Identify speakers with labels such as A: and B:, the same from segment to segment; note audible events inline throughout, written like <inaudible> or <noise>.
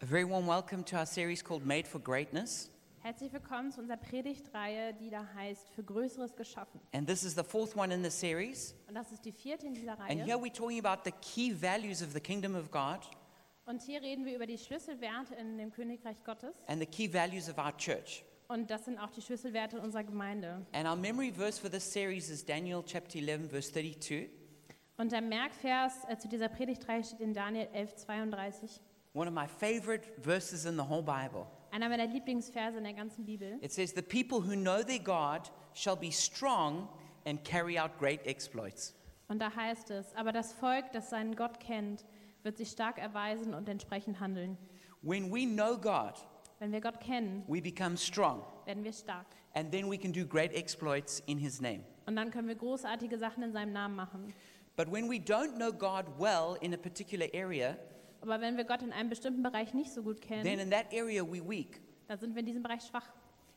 A: A very warm welcome to our series called Made for Greatness.
B: Herzlich willkommen zu unserer Predigtreihe, die da heißt Für Größeres geschaffen.
A: And this is the fourth one in the series.
B: Und das ist die vierte in dieser
A: And here
B: Reihe.
A: we're talking about the key values of the kingdom of God
B: Und hier reden wir über die Schlüsselwerte in dem Königreich Gottes.
A: and the key values of our church.
B: Und das sind auch die Schlüsselwerte in unserer Gemeinde.
A: And our memory verse for this series is Daniel chapter 11, verse 32.
B: Und der Merkvers äh, zu dieser Predigtreihe steht in Daniel 11, 32.
A: One of my favorite verses in the whole Bible.
B: Einer meiner Lieblingsverse in der ganzen Bibel.
A: It says, The people who know their God shall be strong and carry out great exploits.
B: Und da heißt es, aber das Volk, das seinen Gott kennt, wird sich stark erweisen und entsprechend handeln.
A: When we know God,
B: Wenn wir Gott kennen,
A: we become strong,
B: werden wir stark.
A: and then we can do great exploits in His name.
B: Und dann können wir großartige Sachen in seinem Namen machen.
A: But when we don't know God well in a particular area,
B: Aber wenn wir Gott in einem bestimmten Bereich nicht so gut
A: then
B: kennen,
A: in that area we're weak,
B: dann sind wir in diesem Bereich schwach.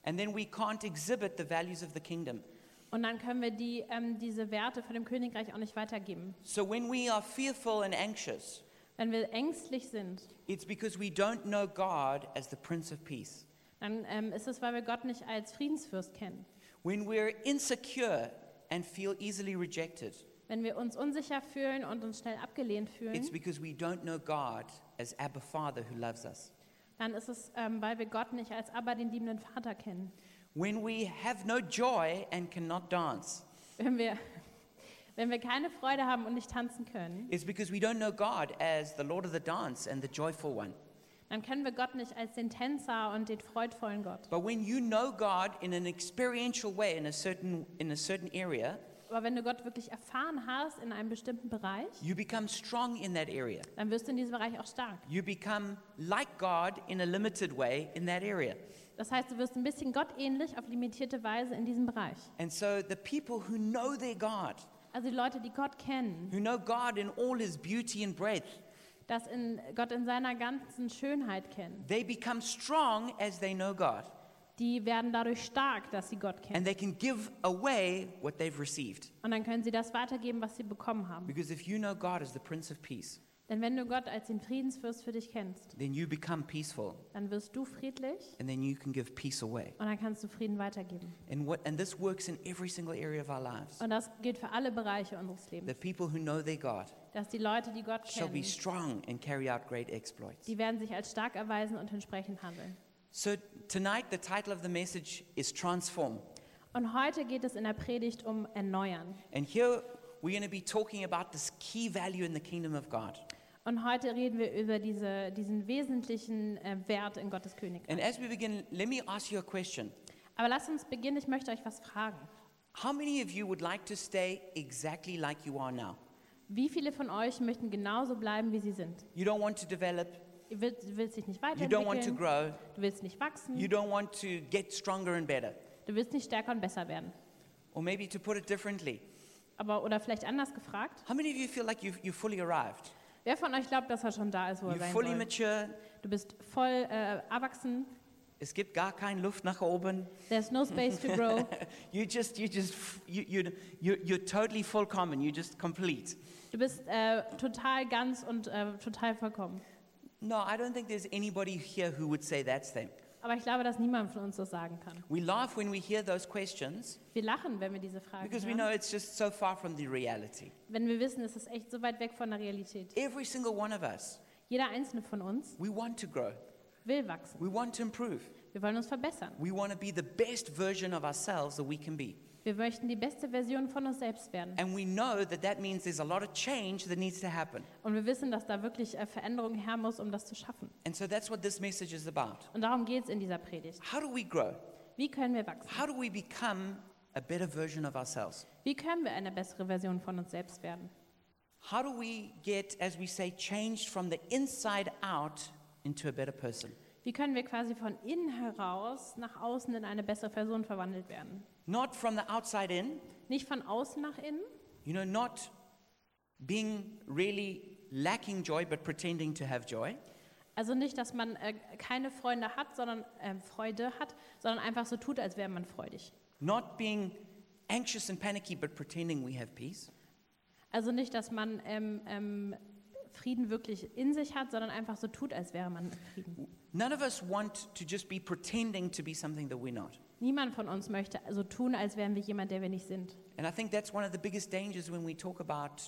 A: and then we can't exhibit the values of the kingdom.
B: Und dann können wir die, ähm, diese Werte von dem Königreich auch nicht weitergeben.
A: So when we are fearful and anxious,
B: Wenn wir ängstlich sind,
A: it's because we don't know God as the Prince of Peace.
B: dann ähm, ist es, weil wir Gott nicht als Friedensfürst kennen.
A: When we're insecure and feel easily rejected,
B: Wenn wir uns unsicher fühlen und uns schnell abgelehnt
A: it's
B: fühlen,
A: because we don't know God as Abba Father who loves us.
B: dann ist es, ähm, weil wir Gott nicht als aber den liebenden Vater kennen.
A: When we have no joy and cannot dance,
B: Wenn wir, <laughs> wenn wir keine Freude haben und nicht tanzen können,
A: it's because we don't know God as the Lord of the dance and the joyful one.
B: dann kennen wir Gott nicht als den Tänzer und den freudvollen Gott.
A: But when you know God in an experiential way in a certain, in a certain area,
B: Aber wenn du Gott wirklich erfahren hast in einem bestimmten Bereich,
A: you become strong in that area.
B: dann wirst du in diesem Bereich auch stark.
A: You become like God in a limited way in that area.
B: Das heißt, du wirst ein bisschen gottähnlich auf limitierte Weise in diesem Bereich.
A: And so the people who know their God,
B: Also die Leute, die Gott kennen,
A: who know God in all his beauty and breadth,
B: das in Gott in seiner ganzen Schönheit kennen,
A: they become strong as they know God.
B: die werden dadurch stark, dass sie Gott
A: And
B: kennen.
A: they can give away what they've received.
B: Und dann können sie das weitergeben, was sie bekommen haben.
A: Because if you know God as the Prince of Peace,
B: Denn wenn du Gott als den Friedensfürst für dich kennst,
A: then you become peaceful
B: dann wirst du friedlich
A: and then you can give peace away.
B: und dann kannst du Frieden weitergeben.
A: And, what, and this works in every single area of our lives.
B: Und das gilt für alle Bereiche unseres Lebens.
A: The people who know their God
B: Dass die Leute, die Gott
A: shall be
B: kennen,
A: strong and carry out great exploits.
B: die werden sich als stark erweisen und entsprechend handeln.
A: So tonight, the title of the message is Transform.
B: Und heute geht es in der Predigt um Erneuern.
A: And here we're going to be talking about this key value in the kingdom of God.
B: Und heute reden wir über diese, diesen wesentlichen äh, Wert in Gottes
A: And
B: Königreich.
A: as we begin, let me ask you a question.
B: Aber lasst uns beginnen, ich möchte euch was fragen.
A: How many of you would like to stay exactly like you are now?
B: Wie viele von euch möchten genauso bleiben, wie sie sind?
A: You don't want to develop,
B: Ihr willst, du willst dich nicht
A: you don't want to
B: weiterentwickeln,
A: grow,
B: du willst nicht wachsen,
A: you don't want to get stronger and better.
B: du willst nicht stärker und besser werden.
A: Or maybe to put it differently,
B: Aber, oder vielleicht anders gefragt,
A: how many of you feel like you've, you've fully arrived?
B: wer von euch glaubt, dass er schon da ist, wo er
A: You're
B: sein
A: fully
B: soll?
A: mature,
B: Du bist voll äh, erwachsen,
A: es gibt gar kein Luft nach oben.
B: there's no space to
A: <laughs>
B: grow.
A: You just, you just, you, you, you, you're totally full common. You're just complete.
B: Du bist äh, total ganz und äh, total vollkommen.
A: No, I don't think there's anybody here who would say that's them.
B: Aber ich glaube, dass niemand von uns das sagen kann.
A: We laugh when we hear those questions
B: Wir lachen, wenn wir diese Frage
A: because we
B: hören.
A: know it's just so far from the reality.
B: Wenn wir wissen, es ist echt so weit weg von der Realität.
A: Every single one of us,
B: Jeder einzelne von uns
A: we want to grow.
B: will wachsen.
A: We want to improve.
B: Wir wollen uns verbessern.
A: We want to be the best version of ourselves that we can be.
B: Wir möchten die beste Version von uns selbst werden.
A: And we know that that means there's a lot of change that needs to happen.
B: Und wir wissen, dass da wirklich äh, Veränderung her muss, um das zu schaffen.
A: And so that's what this message is about.
B: Und darum geht es in dieser Predigt.
A: How do we grow?
B: Wie können wir wachsen?
A: How do we become a better version of ourselves?
B: Wie können wir eine bessere Version von uns selbst werden?
A: How do we get, as we say, changed from the inside out into a better person?
B: Wie können wir quasi von innen heraus nach außen in eine bessere Person verwandelt werden?
A: Not from the outside in,
B: Nicht von außen nach innen,
A: you know, not being really lacking joy but pretending to have joy,
B: also nicht, dass man äh, keine Freunde hat, sondern ähm, Freude hat, sondern einfach so tut, als wäre man freudig.
A: not being anxious and panicky but pretending we have peace,
B: Also nicht, dass man ähm, ähm, Frieden wirklich in sich hat, sondern einfach so tut, als wäre man im Frieden.
A: None of us want to just be pretending to be something that we're not.
B: Niemand von uns möchte so tun, als wären wir jemand, der wir nicht sind.
A: And I think that's one of the biggest dangers when we talk about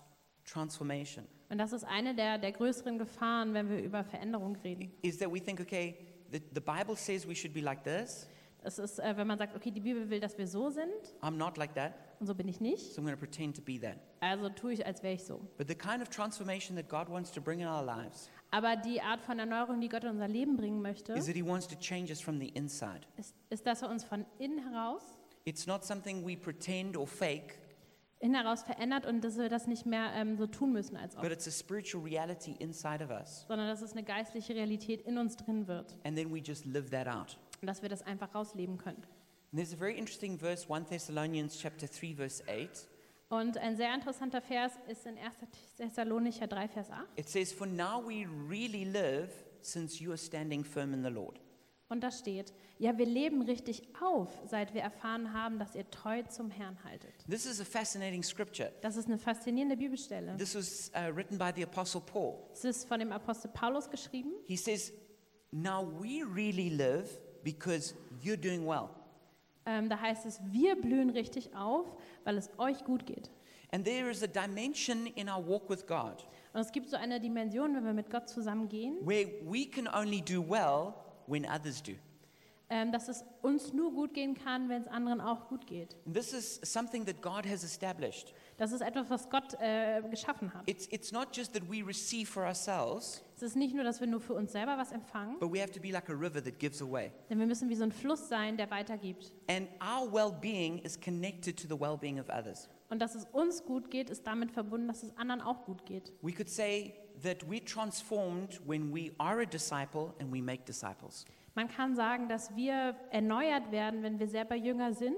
A: transformation
B: Und das ist eine der, der größeren Gefahren, wenn wir über Veränderung reden.
A: is that we think, okay, the, the Bible says we should be like this.
B: Es ist, äh, wenn man sagt, okay, die Bibel will, dass wir so sind
A: I'm not like that,
B: und so bin ich nicht,
A: so I'm going to pretend to be that.
B: also tue ich, als wäre ich so.
A: But the kind of transformation that God wants to bring in our lives
B: Aber die Art von Erneuerung, die Gott in unser Leben bringen möchte,
A: is that He wants to change us from the inside.
B: ist, ist, dass er uns von innen heraus,
A: It's not something we pretend or fake,
B: innen heraus verändert und dass wir das nicht mehr ähm, so tun müssen als ob,
A: but it's a spiritual reality inside of us.
B: sondern dass es eine geistliche Realität in uns drin wird
A: And then we just live that out.
B: und dass wir das einfach rausleben können.
A: And there's a very interesting verse, 1 Thessalonians chapter 3, verse 8.
B: Und ein sehr interessanter Vers ist in 1. Thessalonicher 3, Vers 8.
A: It says, For now we really live since you are standing firm in the Lord.
B: Und da steht, ja, wir leben richtig auf, seit wir erfahren haben, dass ihr treu zum Herrn haltet.
A: This is a fascinating scripture.
B: Das ist eine faszinierende Bibelstelle.
A: This was uh, written by the Apostle Paul.
B: Es ist von dem Apostel Paulus geschrieben.
A: He says, Now we really live because you're doing well.
B: Ähm, da heißt es, wir blühen richtig auf, weil es euch gut geht.
A: And there is a dimension in our walk with God
B: Und es gibt so eine Dimension, wenn wir mit Gott zusammengehen,
A: where we can only do well when others do.
B: ähm, dass es uns nur gut gehen kann, wenn es anderen auch gut geht.
A: This is something that God has established.
B: Das ist etwas, was Gott äh, geschaffen hat.
A: It's, it's not just that we receive for ourselves,
B: Es ist nicht nur, dass wir nur für uns selber was empfangen,
A: but we have to be like a river that gives away.
B: denn wir müssen wie so ein Fluss sein, der weitergibt.
A: And our well being is connected to the well being of others.
B: Und dass es uns gut geht, ist damit verbunden, dass es anderen auch gut geht.
A: We could say that we're transformed when we are a disciple and we make disciples.
B: Man kann sagen, dass wir erneuert werden, wenn wir selber Jünger sind,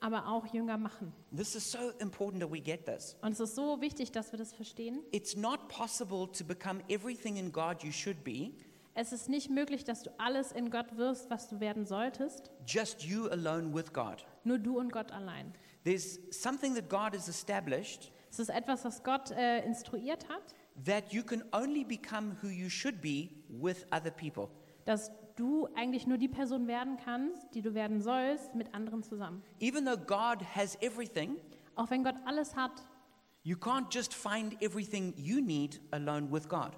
B: aber auch Jünger machen.
A: This is so important that we get this.
B: Und es ist so wichtig, dass wir das verstehen.
A: It's not possible to become everything in God you should be,
B: Es ist nicht möglich, dass du alles in Gott wirst, was du werden solltest,
A: just you alone with God.
B: nur du und Gott allein.
A: There's something that God has established
B: Es ist etwas, was Gott äh, instruiert hat,
A: that you can only become who you should be with other people.
B: dass du eigentlich nur die Person werden kannst, die du werden sollst, mit anderen zusammen.
A: Even though God has everything,
B: Auch wenn Gott alles hat,
A: you can't just find everything you need alone with God.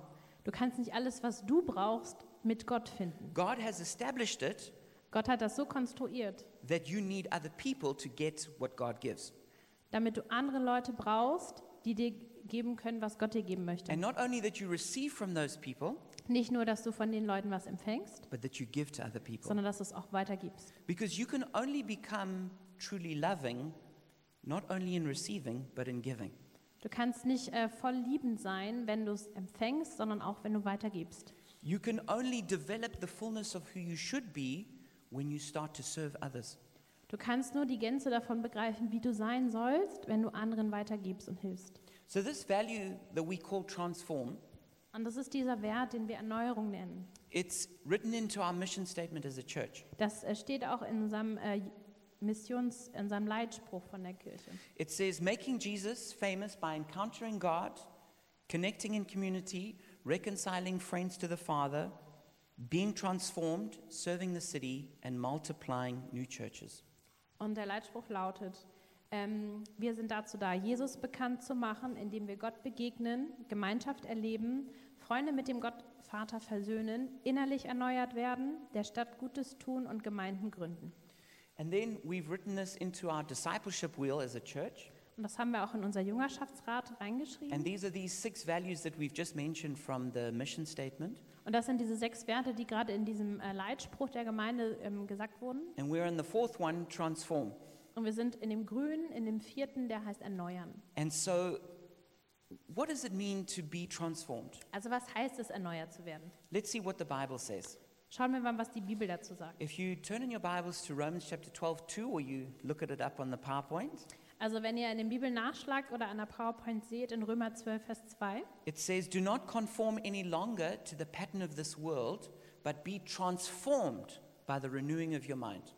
B: du kannst nicht alles, was du brauchst, mit Gott finden.
A: God has established it
B: Gott hat das so konstruiert,
A: that you need other people to get what God gives.
B: damit du andere Leute brauchst, die dir geben können, was Gott dir geben möchte.
A: And not only that you receive from those people,
B: Nicht nur, dass du von den Leuten was empfängst,
A: but that you give to other people.
B: sondern dass du es auch weitergibst.
A: Because you can only become truly loving, not only in receiving, but in giving.
B: Du kannst nicht äh, voll liebend sein, wenn du es empfängst, sondern auch wenn du weitergibst.
A: You can only develop the fullness of who you should be when you start to serve others.
B: Du kannst nur die Gänze davon begreifen, wie du sein sollst, wenn du anderen weitergibst und hilfst.
A: So, this value that we call transform,
B: Und das ist dieser Wert, den wir Erneuerung nennen.
A: it's written into our mission statement as a church.
B: Das äh, steht auch in unserem äh, Missions, in unserem Leitspruch von der Kirche.
A: It says, making Jesus famous by encountering God, connecting in community, reconciling friends to the Father, being transformed, serving the city, and multiplying new churches.
B: Und der Leitspruch lautet, ähm, wir sind dazu da, Jesus bekannt zu machen, indem wir Gott begegnen, Gemeinschaft erleben, Freunde mit dem Gottvater versöhnen, innerlich erneuert werden, der Stadt Gutes tun und Gemeinden gründen.
A: And then we've written this into our discipleship wheel as a church.
B: Und das haben wir auch in unser Jüngerschaftsrat reingeschrieben.
A: And these are these six values that we've just mentioned from the mission statement.
B: Und das sind diese sechs Werte, die gerade in diesem äh, Leitspruch der Gemeinde ähm, gesagt wurden.
A: And we're in the fourth one, transform.
B: Und wir sind in dem grünen, in dem vierten, der heißt erneuern.
A: And so, what does it mean to be transformed?
B: Also was heißt es, erneuert zu werden?
A: Let's see what the Bible says.
B: Schauen wir mal, was die Bibel dazu sagt.
A: If you turn in your Bibles to Romans chapter 12, 2, or you look at it up on the PowerPoint,
B: Also wenn ihr in den Bibeln nachschlagt oder an der PowerPoint seht, in Römer 12, Vers 2,
A: it says, Do not conform any longer to the pattern of this world, but be transformed by the renewing of your mind.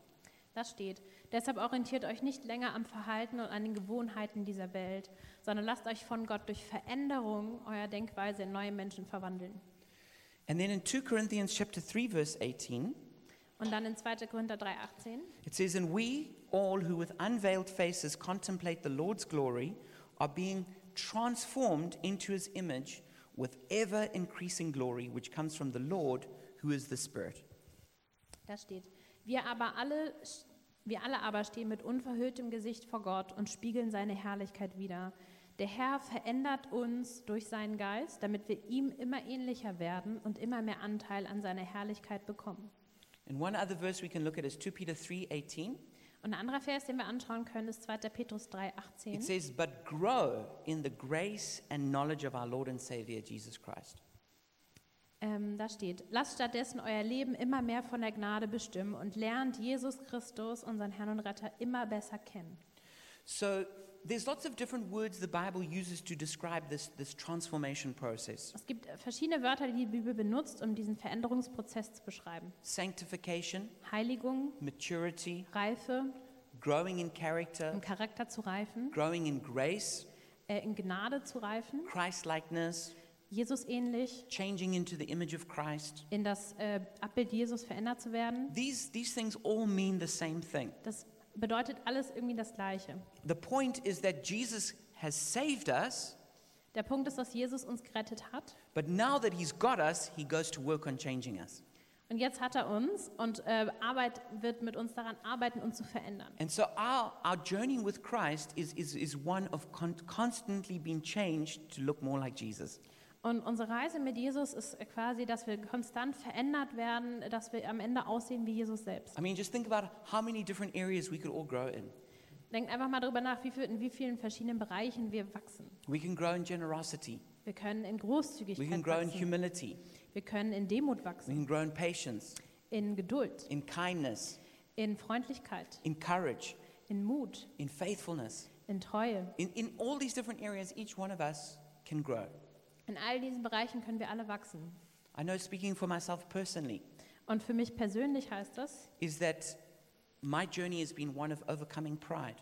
B: da steht, Deshalb orientiert euch nicht länger am Verhalten und an den Gewohnheiten dieser Welt, sondern lasst euch von Gott durch Veränderung eurer Denkweise in neue Menschen verwandeln.
A: And then in 2 Corinthians chapter 3 verse 18,
B: Und dann in 2. Korinther 3,18.
A: it says, "And we all who with unveiled faces contemplate the Lord's glory are being transformed into his image with ever increasing glory which comes from the Lord who is the Spirit."
B: Da steht, wir aber alle, wir alle aber stehen mit unverhülltem Gesicht vor Gott und spiegeln seine Herrlichkeit wider. Der Herr verändert uns durch seinen Geist, damit wir ihm immer ähnlicher werden und immer mehr Anteil an seiner Herrlichkeit bekommen.
A: And one other verse we can look at is 2 Peter 3:18.
B: Und ein anderer Vers, den wir anschauen können, ist 2. Petrus 3,
A: It
B: 18.
A: says, "But grow in the grace and knowledge of our Lord and Savior Jesus Christ."
B: Ähm, da steht, lasst stattdessen euer Leben immer mehr von der Gnade bestimmen und lernt Jesus Christus, unseren Herrn und Retter, immer besser kennen.
A: So there's lots of different words the Bible uses to describe this, this transformation process.
B: Es gibt verschiedene Wörter, die die Bibel benutzt, um diesen Veränderungsprozess zu beschreiben.
A: Sanctification,
B: Heiligung,
A: maturity,
B: Reife,
A: growing in character,
B: im Charakter zu reifen,
A: growing in grace,
B: äh, in Gnade zu reifen,
A: Christ-likeness,
B: Jesus ähnlich,
A: changing into the image of Christ.
B: in das äh, Abbild Jesus verändert zu werden.
A: These, these things all mean the same thing.
B: Das bedeutet alles irgendwie das Gleiche.
A: The point is that Jesus has saved us,
B: Der Punkt ist, dass Jesus uns gerettet hat
A: but now that he's got us, he goes to work on changing us.
B: und jetzt hat er uns und äh, Arbeit wird mit uns daran arbeiten, uns zu verändern.
A: And so our, our journey with Christ is, is, is one of con- constantly being changed to look more like Jesus.
B: Und unsere Reise mit Jesus ist äh, quasi, dass wir konstant verändert werden, dass wir am Ende aussehen wie Jesus selbst.
A: I mean, just think about how many different areas we could all grow in.
B: Denkt einfach mal darüber nach, wie viel, in wie vielen verschiedenen Bereichen wir wachsen.
A: We can grow in generosity.
B: Wir können in
A: We can
B: Großzügigkeit
A: grow in
B: wachsen.
A: humility.
B: Wir können in Demut
A: We
B: wachsen,
A: can grow in patience,
B: in Geduld,
A: in kindness,
B: in Freundlichkeit,
A: in courage,
B: in Mut,
A: in faithfulness.
B: in Treue.
A: In, in all these different areas, each one of us can grow.
B: In all diesen Bereichen können wir alle wachsen.
A: I know, speaking for myself personally,
B: Und für mich persönlich heißt das,
A: is that my journey has been one of overcoming pride.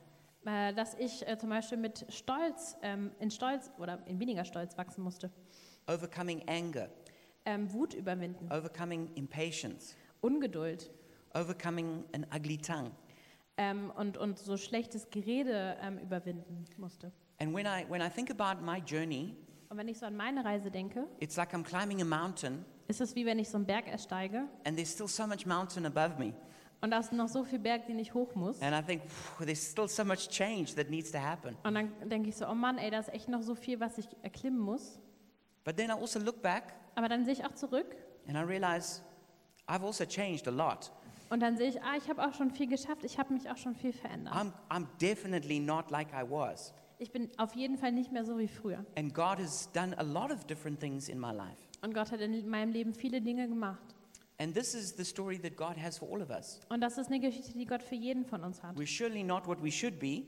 B: äh, dass ich äh, zum Beispiel mit Stolz, ähm, in Stolz oder in weniger Stolz wachsen musste.
A: Overcoming anger,
B: Ähm, Wut überwinden,
A: overcoming impatience,
B: Ungeduld
A: overcoming an ugly tongue.
B: ähm, und, und so schlechtes Gerede ähm, überwinden musste.
A: And when I, when I think about my journey,
B: Und wenn ich so an meine Reise denke,
A: it's like I'm climbing a mountain
B: ist es wie wenn ich so einen Berg ersteige
A: and there's still so much mountain above me.
B: und da ist noch so viel Berg, den ich hoch muss.
A: And I think "Phew, there's still so much change that needs to happen.
B: Und dann denke ich so, oh Mann, ey, da ist echt noch so viel, was ich erklimmen muss.
A: But then I also look back
B: Aber dann sehe ich auch zurück
A: and I realize I've also changed a lot.
B: und dann sehe ich, ah, ich habe auch schon viel geschafft, ich habe mich auch schon viel verändert.
A: I'm, I'm definitely not like I was.
B: Ich bin auf jeden Fall nicht mehr so wie früher.
A: And God has done a lot of different things in my life.
B: Und Gott hat in meinem Leben viele Dinge gemacht.
A: And this is the story that God has for all of us.
B: Und das ist eine Geschichte, die Gott für jeden von uns hat.
A: We're surely not what we should be,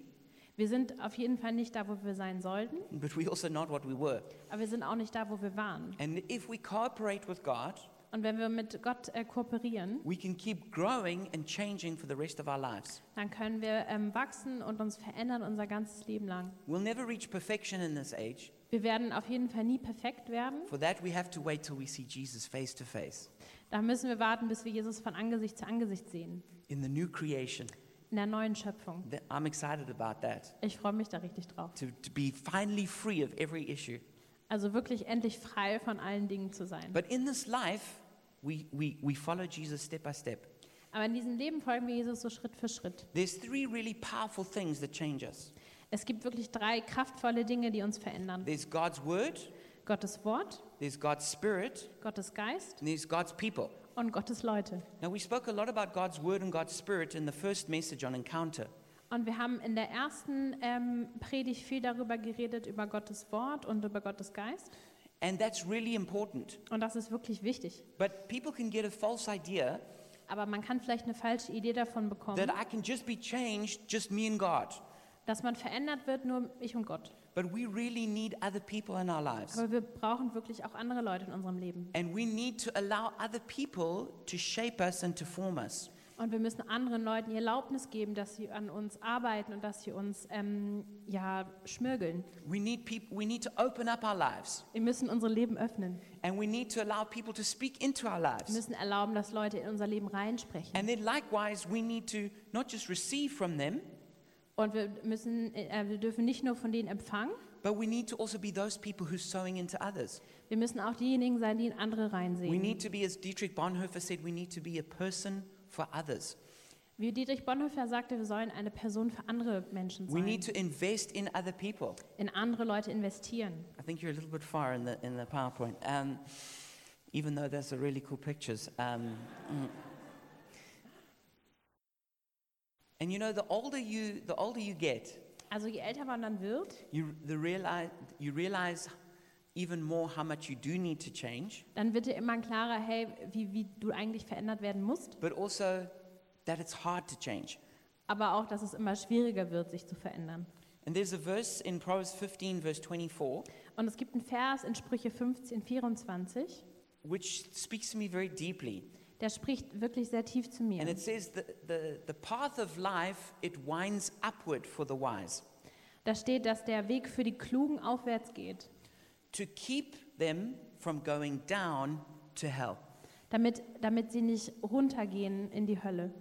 B: Wir sind auf jeden Fall nicht da, wo wir sein sollten,
A: but we're also not what we were.
B: aber wir sind auch nicht da, wo wir waren.
A: And if we cooperate with God,
B: Und wenn wir mit Gott äh, kooperieren,
A: we can keep growing and changing for the rest of our lives.
B: dann können wir ähm, wachsen und uns verändern unser ganzes Leben lang.
A: We'll never reach perfection in this age.
B: Wir werden auf jeden Fall nie perfekt werden.
A: For that, we have to wait till we see Jesus face to face
B: Da müssen wir warten, bis wir Jesus von Angesicht zu Angesicht sehen,
A: in the new creation.
B: in der neuen Schöpfung.
A: Th- I'm excited about that.
B: Ich freue mich da richtig drauf.
A: To, to be finally free of every issue.
B: Also wirklich endlich frei von allen Dingen zu sein.
A: But in this life, we, we, we follow Jesus step by step.
B: Aber in diesem Leben folgen wir Jesus so Schritt für Schritt.
A: There's three really powerful things that change us
B: Es gibt wirklich drei kraftvolle Dinge, die uns verändern.
A: there's God's Word,
B: Gottes Wort,
A: there's God's Spirit,
B: Gottes Geist
A: and there's God's people.
B: und Gottes Leute.
A: Now, we spoke a lot about God's Word and God's Spirit in the first message on encounter.
B: Und wir haben in der ersten ähm, Predigt viel darüber geredet, über Gottes Wort und über Gottes Geist.
A: And that's really important.
B: Und das ist wirklich wichtig.
A: But people can get a false idea
B: Aber man kann vielleicht eine falsche Idee davon bekommen,
A: that I can just be changed, just me and God.
B: dass man verändert wird, nur ich und Gott.
A: But we really need other people in our lives.
B: Aber wir brauchen wirklich auch andere Leute in unserem Leben.
A: And we need to allow other people to shape us and to form us.
B: Und wir müssen anderen Leuten die Erlaubnis geben, dass sie an uns arbeiten und dass sie uns ähm, ja, schmirgeln.
A: We need, peop- we need to open up our lives
B: Wir müssen unsere Leben öffnen.
A: and we need to allow people to speak into our
B: Wir
A: lives.
B: müssen erlauben, dass Leute in unser Leben reinsprechen.
A: And then, likewise, we need to not just receive from them,
B: Und wir, müssen, äh, wir dürfen nicht nur von denen empfangen,
A: but we need to also be those people who's sowing into others.
B: wir müssen auch diejenigen sein, die in andere
A: We
B: reinsehen.
A: need to be, as Dietrich Bonhoeffer said, we need to be a person for others.
B: Wie Dietrich Bonhoeffer sagte, wir sollen eine Person für andere Menschen
A: We need
B: sein,
A: to invest in other people.
B: in andere Leute investieren.
A: I think you're a little bit far in the, in the PowerPoint, um, even though those are really cool pictures. Um, mm. and you know, the older you, the older you get,
B: Also je älter man dann wird,
A: you, the realize, you realize even more how much you do need to change,
B: dann wird dir immer klarer, hey, wie, wie du eigentlich verändert werden musst,
A: but also that it's hard to change.
B: aber auch, dass es immer schwieriger wird, sich zu verändern.
A: And there's a verse in Proverbs 15, verse 24,
B: Und es gibt einen Vers in Sprüche 15, 24,
A: which speaks to me very deeply.
B: der spricht wirklich sehr tief zu mir.
A: And it says, the, the, the path of life, it winds upward for the wise.
B: Da steht, dass der Weg für die Klugen aufwärts geht,
A: to keep them from going down to hell.
B: damit, damit sie nicht runtergehen in die Hölle.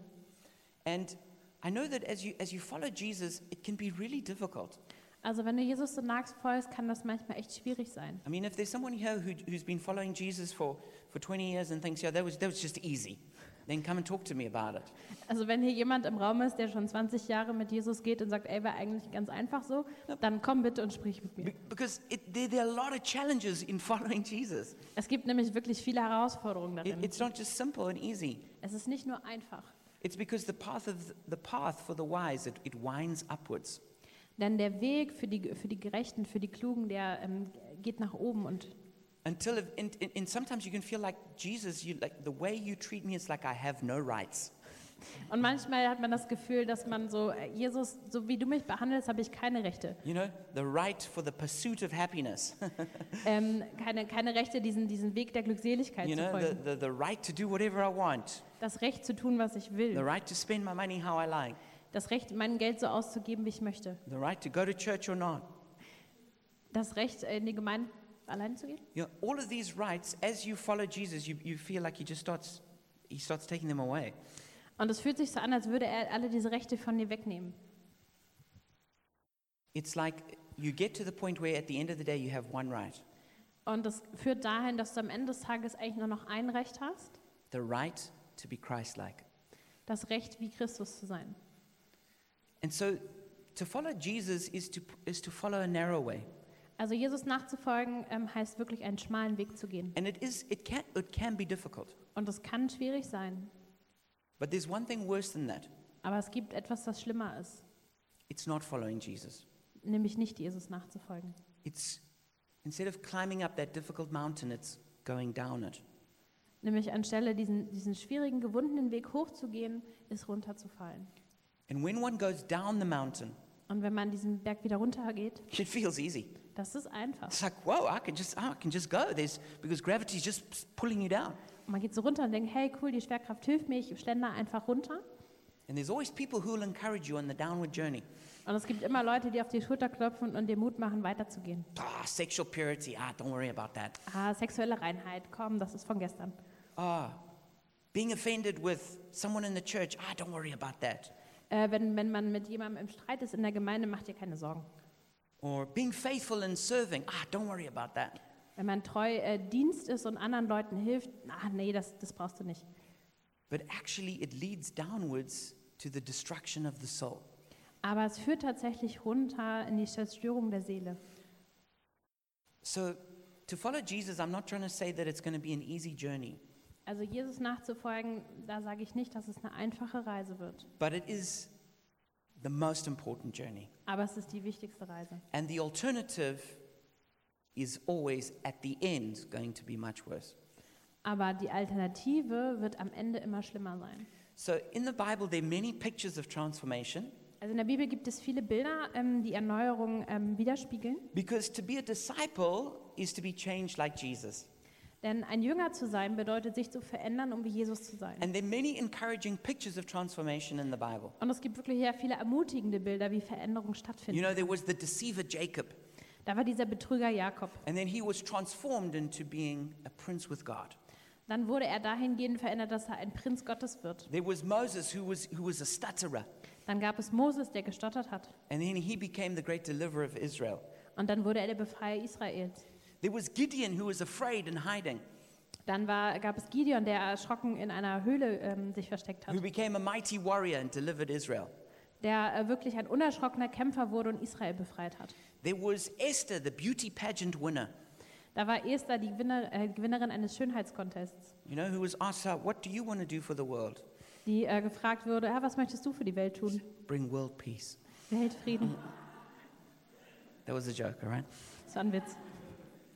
A: And I know that as you, as you follow Jesus, it can be really difficult.
B: Also wenn du Jesus so nachfolgst, kann das manchmal echt schwierig sein.
A: I mean, if there's someone here who, who's been following Jesus for, for 20 years and thinks, yeah, that was, that was just easy, then come and talk to me about it.
B: Also wenn hier jemand im Raum ist, der schon 20 Jahre mit Jesus geht und sagt, ey, war eigentlich ganz einfach so, dann komm bitte und sprich mit mir.
A: Be- because it, there, there are a lot of challenges in <laughs> following Jesus.
B: Es gibt nämlich wirklich viele Herausforderungen
A: It,
B: darin.
A: it's not just simple and easy.
B: Es ist nicht nur einfach,
A: It's because the path, of the path for the wise, it, it winds upwards.
B: denn der Weg für die, für die Gerechten, für die Klugen, der ähm, geht nach oben und
A: Until, if- and, and, and sometimes you can feel like, Jesus, you, like, the way you treat me is like I have no rights.
B: und manchmal hat man das Gefühl, dass man so äh, Jesus, so wie du mich behandelst, habe ich keine Rechte,
A: You know, the right for the pursuit of happiness. <laughs>
B: ähm, keine, keine Rechte, diesen, diesen Weg der Glückseligkeit
A: you
B: zu
A: know, the,
B: folgen,
A: the, the right to do whatever I want.
B: das Recht zu tun, was ich will,
A: The right to spend my money how I like.
B: das Recht, mein Geld so auszugeben, wie ich möchte,
A: The right to go to church or not.
B: das Recht, äh, in die Gemeinde allein zu gehen.
A: You know, all of these rights, as you follow Jesus, you, you feel like he just starts, he starts taking them away.
B: Und es fühlt sich so an, als würde er alle diese Rechte von dir wegnehmen.
A: It's like you get to the point where at the end of the day you have one right.
B: Und das führt dahin, dass du am Ende des Tages eigentlich nur noch ein Recht hast,
A: The right to be Christ-like.
B: das Recht, wie Christus zu sein.
A: And so to follow Jesus is to, is to follow a narrow way.
B: Also Jesus nachzufolgen ähm, heißt wirklich einen schmalen Weg zu gehen.
A: And it, is, it, can, it can be difficult.
B: Und das kann schwierig sein.
A: But there's one thing worse than that.
B: Aber es gibt etwas, das schlimmer ist,
A: It's not following Jesus.
B: nämlich nicht Jesus nachzufolgen.
A: It's instead of climbing up that difficult mountain, it's going down it.
B: Nämlich anstelle diesen, diesen schwierigen, gewundenen Weg hochzugehen, ist runterzufallen.
A: And when one goes down the mountain, <laughs>
B: Und wenn man diesen Berg wieder runtergeht,
A: it feels easy.
B: das ist einfach.
A: It's like, whoa, I can just, I can just go. There's, because gravity's just pulling you down.
B: Man geht so runter und denkt, hey cool, die Schwerkraft hilft mir, ich schlender einfach runter.
A: And there's always people who will encourage you on the downward journey.
B: Und es gibt immer Leute, die auf die Schulter klopfen und dir Mut machen, weiterzugehen.
A: Ah, sexual purity. Ah, don't worry about that.
B: Ah, sexuelle Reinheit, komm, das ist von gestern.
A: Ah, being offended with someone in the church. Ah, don't worry about that.
B: Äh, wenn, wenn man mit jemandem im Streit ist in der Gemeinde, macht dir keine Sorgen.
A: Or being faithful in serving. Ah, don't worry about that.
B: Wenn man treu äh, Dienst ist und anderen Leuten hilft, ah nee, das, das brauchst du nicht.
A: But actually, it leads downwards to the destruction of the soul.
B: Aber es führt tatsächlich runter in die Zerstörung der Seele.
A: So, to follow Jesus, I'm not trying to say that it's going to be an easy journey,
B: Also Jesus nachzufolgen, da sage ich nicht, dass es eine einfache Reise wird.
A: but it is the most important journey.
B: Aber es ist die wichtigste Reise.
A: And the alternative is always at the end going to be much worse.
B: Aber die Alternative wird am Ende immer schlimmer sein.
A: So, in the Bible, there are many pictures of transformation
B: Also in der Bibel gibt es viele Bilder, ähm, die Erneuerung ähm, widerspiegeln.
A: because to be a disciple is to be changed like Jesus.
B: Denn ein Jünger zu sein bedeutet, sich zu verändern, um wie Jesus zu sein.
A: And there are many encouraging pictures of transformation in the Bible.
B: Und es gibt wirklich sehr viele ermutigende Bilder, wie
A: You
B: Veränderungen stattfinden.
A: know, there was the deceiver Jacob,
B: Da war dieser Betrüger Jakob.
A: and then he was transformed into being a prince with God.
B: Dann wurde er dahingehend verändert, dass er ein Prinz Gottes wird.
A: There was Moses, who was, who was a stutterer,
B: Dann gab es Moses, der gestottert hat.
A: and then he became the great deliverer of Israel.
B: Und dann wurde er der Befreier Israels.
A: There was Gideon, who was afraid and hiding,
B: Dann war, gab es Gideon, der erschrocken in einer Höhle ähm, sich versteckt
A: who
B: hat.
A: became a mighty warrior and delivered Israel.
B: Der äh, wirklich ein unerschrockener Kämpfer wurde und Israel befreit hat.
A: There was Esther, the beauty pageant winner,
B: Da war Esther die Gewinner, äh, Gewinnerin eines Schönheitscontests,
A: you know, who was asked, her, What do you want to do for the world?
B: die äh, gefragt wurde, ja, was möchtest du für die Welt tun?
A: Bring world peace.
B: Weltfrieden.
A: That was a joke, all right?
B: Das war ein Witz.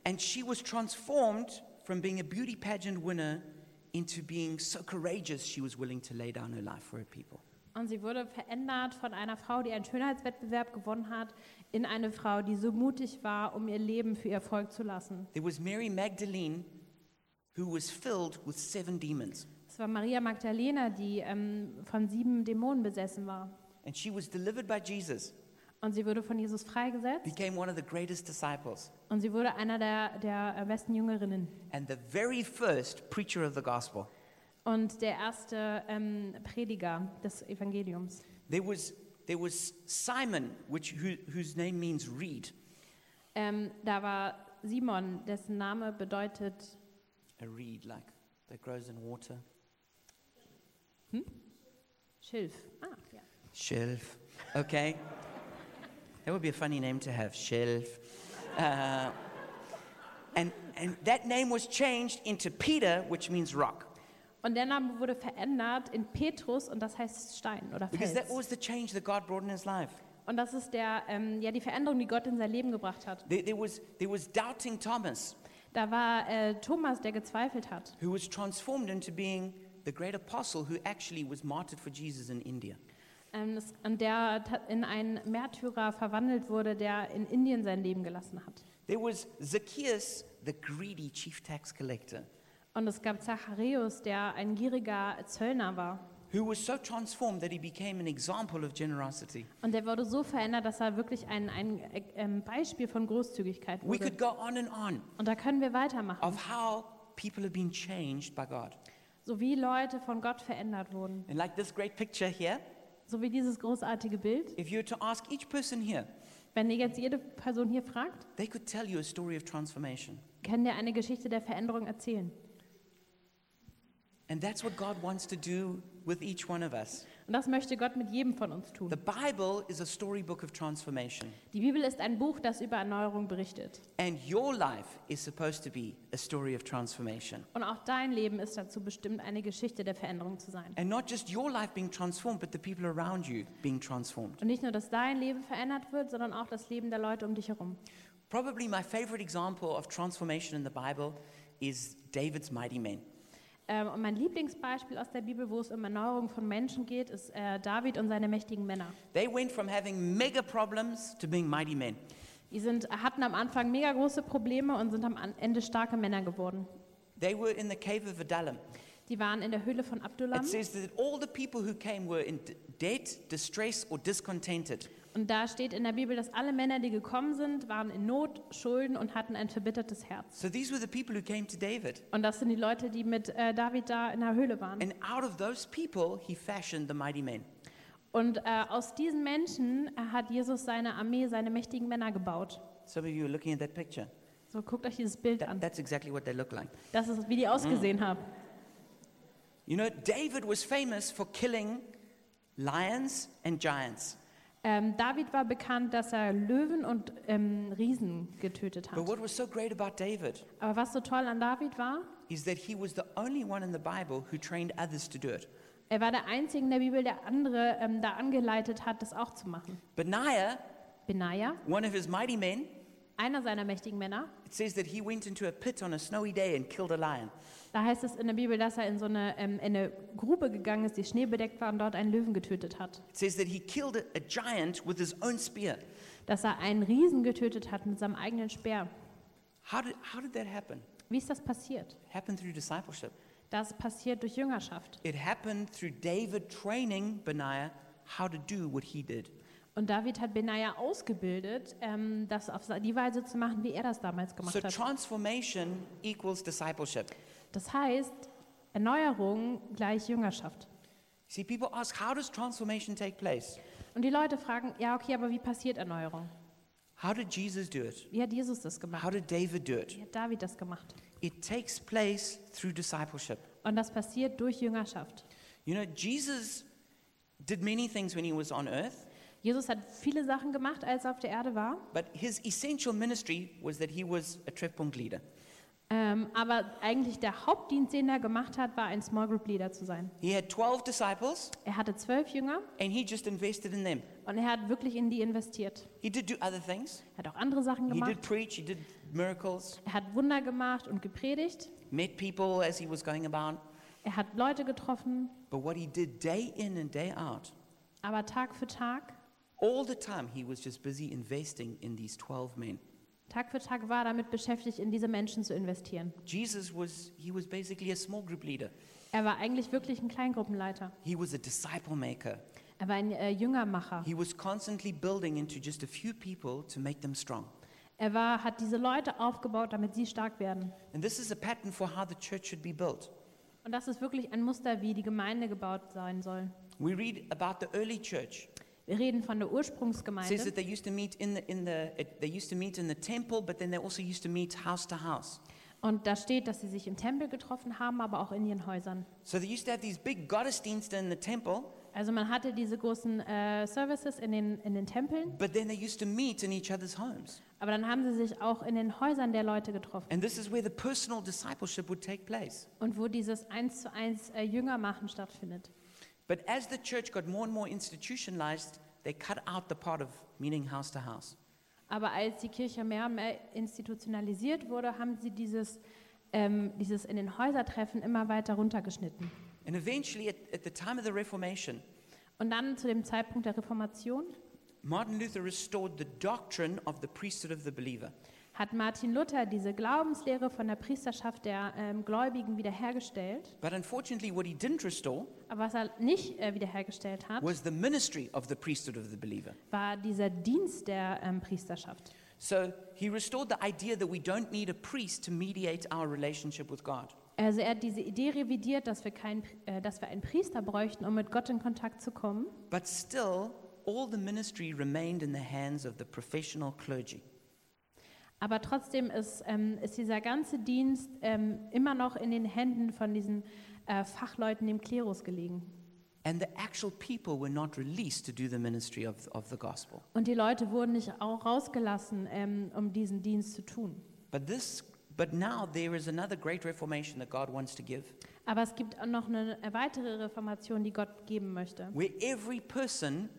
A: And she was transformed from being a beauty pageant winner into being so courageous she was willing to lay down her life for her people.
B: Und sie wurde verändert von einer Frau, die einen Schönheitswettbewerb gewonnen hat, in eine Frau, die so mutig war, um ihr Leben für ihr Volk zu lassen.
A: There was Mary Magdalene, who was filled with seven demons,
B: Es war Maria Magdalena, die ähm, von sieben Dämonen besessen war.
A: and she was delivered by Jesus,
B: Und sie wurde von Jesus freigesetzt
A: became one of the greatest disciples,
B: und sie wurde einer der, der besten Jüngerinnen
A: and the very first preacher of the gospel.
B: und der erste ähm, Prediger des Evangeliums.
A: There was, there was Simon, which, who, whose name means reed,
B: Ähm, da war Simon, dessen Name bedeutet,
A: a reed like that grows in water,
B: Schilf. Ah, ja.
A: Shelf. Okay. That would be a funny name to have, Shelf. Uh, and, and that name was changed into Peter, which means rock.
B: Und der Name wurde verändert in Petrus und das heißt Stein oder
A: Because that
B: Fels.
A: was the change that God brought in his life.
B: Und das ist der, ähm, ja, die Veränderung, die Gott in sein Leben gebracht hat.
A: There, there, was, there was doubting Thomas,
B: Da war äh, Thomas, der gezweifelt hat.
A: who was transformed into being the great apostle who actually was martyred for Jesus in India.
B: Ähm, das, und der ta- in einen Märtyrer verwandelt wurde, der in Indien sein Leben gelassen hat.
A: There was Zacchaeus, the greedy chief tax collector,
B: Und es gab Zacharias, der ein gieriger Zöllner war.
A: who was so transformed that he became an example of generosity.
B: Und der wurde so verändert, dass er wirklich ein, ein äh, ähm, Beispiel von Großzügigkeit
A: We
B: wurde.
A: could go on and on.
B: Und da können wir weitermachen,
A: of how people have been changed by God.
B: so wie Leute von Gott verändert wurden.
A: And like this great picture here,
B: So wie dieses großartige Bild.
A: if you were to ask each person here,
B: Wenn ihr jetzt jede Person hier fragt,
A: they could tell you a story of transformation.
B: können dir eine Geschichte der Veränderung erzählen.
A: And that's what God wants to do with each one of us.
B: Und das möchte Gott mit jedem von uns tun.
A: The Bible is a storybook of transformation,
B: Die Bibel ist ein Buch, das über Erneuerung berichtet.
A: and your life is supposed to be a story of transformation.
B: Und auch dein Leben ist dazu bestimmt, eine Geschichte der Veränderung zu sein.
A: And not just your life being transformed, but the people around you being transformed.
B: Und nicht nur, dass dein Leben verändert wird, sondern auch das Leben der Leute um dich herum.
A: Probably my favorite example of transformation in the Bible is David's mighty men.
B: Ähm, und mein Lieblingsbeispiel aus der Bibel, wo es um Erneuerung von Menschen geht, ist äh, David und seine mächtigen Männer.
A: They went from having mega problems to being mighty men.
B: Die sind, hatten am Anfang mega große Probleme und sind am An- Ende starke Männer geworden.
A: They were in the cave of Adullam.
B: Die waren in der Höhle von Abdullam
A: It says that all the people who came were in d- debt, distress, or discontented.
B: und da steht in der Bibel, dass alle Männer, die gekommen sind, waren in Not, Schulden und hatten ein verbittertes Herz.
A: So these were the people who came to David.
B: Und das sind die Leute, die mit äh, David da in der Höhle waren.
A: And out of those people, he fashioned the mighty men.
B: Und äh, aus diesen Menschen äh, hat Jesus seine Armee, seine mächtigen Männer gebaut.
A: Some of you are looking at that picture.
B: So guckt euch dieses Bild
A: That-
B: an.
A: that's exactly what they look like.
B: Das ist, wie die ausgesehen haben.
A: You know, David was famous for killing lions and giants.
B: Ähm, David war bekannt, dass er Löwen und ähm, Riesen getötet
A: But
B: hat.
A: what was so great about David
B: Aber was so toll an David war,
A: is that he was the only one in the Bible who trained others to do it.
B: er war der Einzige in der Bibel, der andere ähm, da angeleitet hat, das auch zu machen.
A: Benaiah,
B: Benaja,
A: one of his mighty men,
B: einer seiner mächtigen Männer,
A: It says that he went into a pit on a snowy day and killed a lion.
B: da heißt es in der Bibel, dass er in so eine, ähm, in eine Grube gegangen ist, die schneebedeckt war und dort einen Löwen getötet hat.
A: It says that he killed a, a giant with his own spear.
B: Dass er einen Riesen getötet hat mit seinem eigenen Speer.
A: How did, how did that happen?
B: Wie ist das passiert?
A: It happened through discipleship.
B: Das passiert durch Jüngerschaft.
A: It happened through David training Benaiah how to do what he did.
B: Und David hat Benaja ausgebildet, ähm, das auf die Weise zu machen, wie er das damals
A: So
B: gemacht hat.
A: transformation equals discipleship.
B: Das heißt, Erneuerung gleich Jüngerschaft.
A: See, people ask, how does transformation take place?
B: Und die Leute fragen, ja, okay, aber wie passiert Erneuerung?
A: How did Jesus do it?
B: Wie hat Jesus das
A: How
B: gemacht?
A: did David do it?
B: Wie hat David das gemacht?
A: It takes place through discipleship.
B: Und das passiert durch Jüngerschaft.
A: You know, Jesus did many things when he was on earth,
B: Jesus hat viele Sachen gemacht, als er auf der Erde war.
A: but his essential ministry was that he was a Treffpunkt leader.
B: Ähm, aber eigentlich der Hauptdienst, den er gemacht hat, war ein Small Group Leader zu sein.
A: He had 12 disciples
B: Er hatte zwölf Jünger
A: and he just invested in them.
B: und er hat wirklich in die investiert.
A: He did do other things.
B: Er hat auch andere Sachen
A: He did
B: gemacht.
A: preach, he did miracles,
B: Er hat Wunder gemacht und gepredigt.
A: met people as he was going about.
B: Er hat Leute getroffen,
A: But what he did day in and day out,
B: aber Tag für Tag,
A: all the time he was just busy investing in these 12 men.
B: Tag für Tag war er damit beschäftigt, in diese Menschen zu investieren.
A: Jesus was he was basically a small group leader.
B: Er war eigentlich wirklich ein Kleingruppenleiter.
A: He was a disciple maker.
B: Er war ein äh, Jüngermacher.
A: He was constantly building into just a few people to make them strong.
B: Er war, hat diese Leute aufgebaut, damit sie stark werden.
A: And this is a pattern for how the church should be built.
B: Und das ist wirklich ein Muster, wie die Gemeinde gebaut sein soll.
A: We read about the early church.
B: Wir reden von der
A: It says that
B: Ursprungsgemeinde.
A: they used to meet in the in the it, they used to meet in the temple, but then they also used to meet house to house.
B: Und da steht, dass sie sich im Tempel getroffen haben, aber auch in ihren Häusern.
A: So they used to have these big goddessdienste in the temple,
B: Also man hatte diese großen äh, Services in den, in den Tempeln,
A: but then they used to meet in each other's homes.
B: aber dann haben sie sich auch in den Häusern der Leute getroffen.
A: And this is where the personal discipleship would take place.
B: Und wo dieses eins zu eins äh, Jüngermachen stattfindet.
A: But as the church got more and more institutionalized, they cut out the part of meeting house to house.
B: Aber als die Kirche mehr und mehr institutionalisiert wurde, haben sie dieses, ähm, dieses in den Häusertreffen immer weiter runtergeschnitten.
A: And eventually, at, at the time of the Reformation,
B: Und dann zu dem Zeitpunkt der Reformation
A: Martin Luther restored the doctrine of the priesthood of the believer.
B: hat Martin Luther diese Glaubenslehre von der Priesterschaft der ähm, Gläubigen wiederhergestellt.
A: But unfortunately, what he didn't restore
B: Aber was er nicht äh, wiederhergestellt hat,
A: was the ministry of the priesthood of the believer.
B: war dieser Dienst der ähm, Priesterschaft.
A: So he restored the idea that we don't need a priest to mediate our relationship with God.
B: Also er hat diese Idee revidiert, dass wir, keinen, Pri- äh, dass wir einen Priester bräuchten, um mit Gott in Kontakt zu kommen.
A: But still, all the ministry remained in the hands of the professional clergy.
B: Aber trotzdem ist, ähm, ist dieser ganze Dienst ähm, immer noch in den Händen von diesen äh, Fachleuten dem Klerus gelegen.
A: And the actual people were not released to do the ministry of, of the gospel.
B: Und die Leute wurden nicht auch rausgelassen, ähm, um diesen Dienst zu tun.
A: But this but now there is another great reformation that God wants to give,
B: Aber es gibt auch noch eine weitere Reformation, die Gott geben möchte.
A: where every person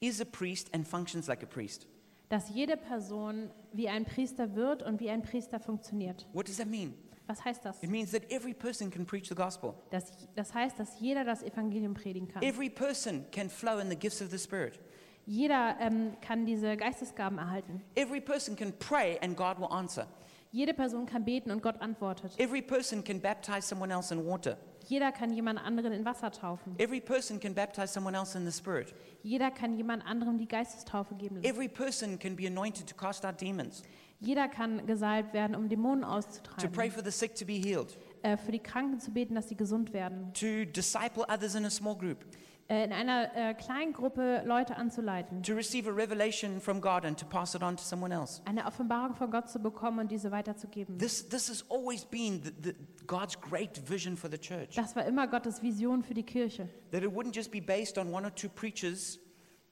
A: is a priest and functions like a priest.
B: Dass jede Person wie ein Priester wird und wie ein Priester funktioniert.
A: What does that mean?
B: Was heißt das?
A: It means that every person can preach the gospel.
B: das? Das heißt, dass jeder das Evangelium predigen kann.
A: Every person can flow in the gifts of the Spirit.
B: Jeder ähm, kann diese Geistesgaben erhalten.
A: Every person can pray and God will answer.
B: Jede Person kann beten und Gott antwortet.
A: Every person can baptize someone else in water.
B: Jeder kann jemand anderen in Wasser taufen.
A: Every person can baptize someone else in the Spirit.
B: Jeder kann jemand anderem die Geistestaufe geben. lassen.
A: Every person can be anointed to cast out demons,
B: Jeder kann gesalbt werden, um Dämonen
A: to pray
B: auszutreiben,
A: for the sick to be healed,
B: äh, für die Kranken zu beten, dass sie gesund werden,
A: to disciple others in a small group,
B: äh, in einer äh, kleinen Gruppe Leute anzuleiten,
A: to receive a revelation from God and to pass it on to someone else.
B: eine Offenbarung von Gott zu bekommen und diese weiterzugeben.
A: This, this has always been the, the, God's great vision for the church
B: Das war immer Gottes Vision für die Kirche,
A: that it wouldn't just be based on one or two preachers,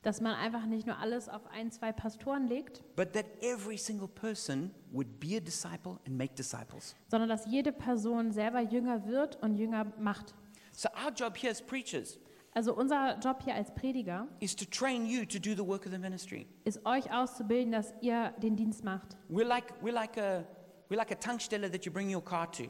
B: dass man einfach nicht nur alles auf ein, zwei Pastoren legt,
A: but that every single person would be a disciple and make disciples.
B: sondern dass jede Person selber Jünger wird und Jünger macht.
A: So, our job here as preachers
B: Also unser Job hier als Prediger
A: is to train you to do the work of the ministry.
B: ist euch auszubilden, dass ihr den Dienst macht.
A: We're like, we're like, a, we're like a tankstelle that you bring your car to.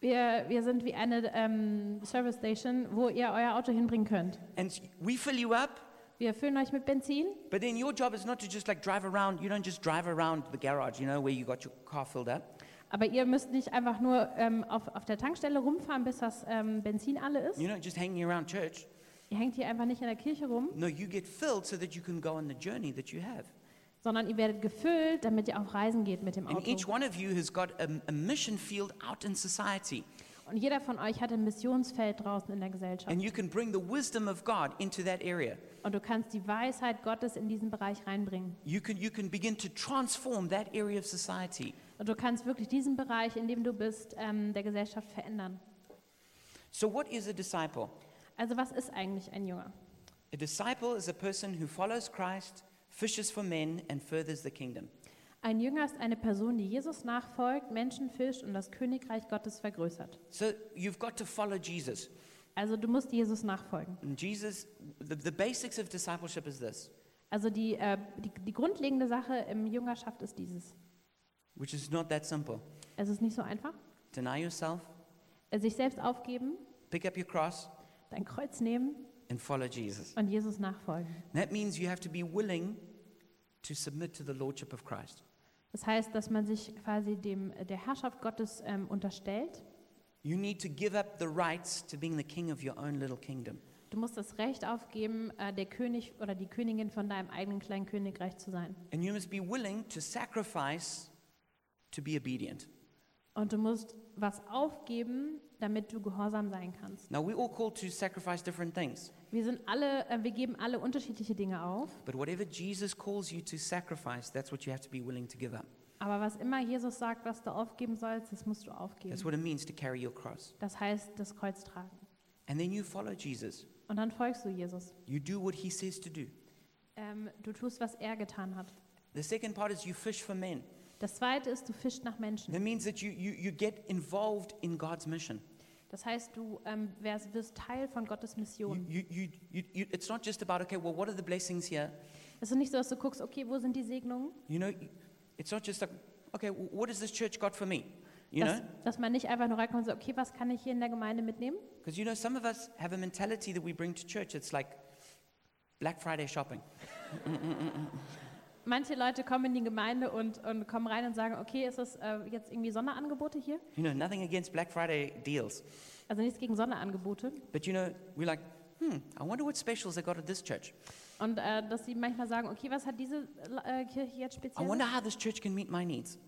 B: Wir, wir sind wie eine ähm, Service Station, wo ihr euer Auto hinbringen könnt.
A: And s- we fill you up,
B: Wir füllen euch mit Benzin,
A: but then your job is not to just like drive around. You don't just drive around the garage, you know, where you got your car filled up.
B: Aber ihr müsst nicht einfach nur ähm, auf, auf der Tankstelle rumfahren, bis das ähm, Benzin alle ist.
A: You're not just hanging around church.
B: Ihr hängt hier einfach nicht in der Kirche rum,
A: No, you get filled so that you can go on the journey that you have.
B: sondern ihr werdet gefüllt, damit ihr auf Reisen geht mit dem
A: And each
B: Auto.
A: one of you has got a, a mission field out in society.
B: Und jeder von euch hat ein Missionsfeld draußen in der Gesellschaft.
A: And you can bring the wisdom of God into that area.
B: Und du kannst die Weisheit Gottes in diesen Bereich reinbringen.
A: You can, you can begin to transform that area of society.
B: Und du kannst wirklich diesen Bereich, in dem du bist, ähm, der Gesellschaft verändern.
A: So, what is a disciple?
B: Also was ist eigentlich ein Jünger?
A: A disciple is a person who follows Christ, fishes for men, and furthers the kingdom.
B: Ein Jünger ist eine Person, die Jesus nachfolgt, Menschen fischt und das Königreich Gottes vergrößert.
A: So, you've got to follow Jesus.
B: Also du musst Jesus nachfolgen.
A: And Jesus, the, the basics of discipleship is this,
B: Also die, äh, die, die grundlegende Sache im Jüngerschaft ist dieses.
A: which is not that simple.
B: Es ist nicht so einfach.
A: Deny yourself,
B: Äh, Sich selbst aufgeben,
A: pick up your cross,
B: dein Kreuz nehmen
A: and follow Jesus.
B: und Jesus nachfolgen.
A: That means you have to be willing to submit to the lordship of Christ.
B: Das heißt, dass man sich quasi dem, der Herrschaft Gottes ähm, unterstellt.
A: You need to give up the rights to being the king of your own little kingdom.
B: Du musst das Recht aufgeben, äh, der König oder die Königin von deinem eigenen kleinen Königreich zu sein.
A: And you must be willing to sacrifice to be obedient.
B: Und du musst was aufgeben, damit du gehorsam sein kannst.
A: Now, we're all called to sacrifice different things,
B: Wir sind alle, äh, wir geben alle unterschiedliche Dinge auf,
A: but whatever Jesus calls you to sacrifice, that's what you have to be willing to give up.
B: aber was immer Jesus sagt, was du aufgeben sollst, das musst du aufgeben.
A: That's what it means to carry your cross.
B: Das heißt, das Kreuz tragen.
A: And then you follow Jesus.
B: Und dann folgst du Jesus.
A: You do what he says to do.
B: Ähm, du tust, was er getan hat.
A: The second part is you fish for men.
B: Das zweite ist, du fischst nach Menschen.
A: That means that you, you, you get involved in God's mission.
B: Das heißt, du ähm, wärst, wirst Teil von Gottes
A: You,
B: Mission.
A: you, you, you, you, it's not just about, okay, well, what are the blessings here?
B: Es ist nicht so, dass du guckst, okay, wo sind die Segnungen?
A: You know, it's not just like, okay, w- what has this church got for me? You know?
B: Dass, dass man nicht einfach nur reinkommt und sagt, okay, was kann ich hier in der Gemeinde mitnehmen?
A: Because, you know, some of us have a mentality that we bring to church. It's like Black Friday shopping.
B: Manche Leute kommen in die Gemeinde und, und kommen rein und sagen, okay, ist das äh, jetzt irgendwie Sonderangebote hier?
A: You know, nothing against Black Friday deals.
B: Also nichts gegen Sonderangebote.
A: But, you know, we're like, hmm, I wonder what specials they got at this church.
B: Und äh, dass sie manchmal sagen, okay, was hat diese äh, Kirche
A: I
B: jetzt speziell?
A: wonder how this church can meet my needs.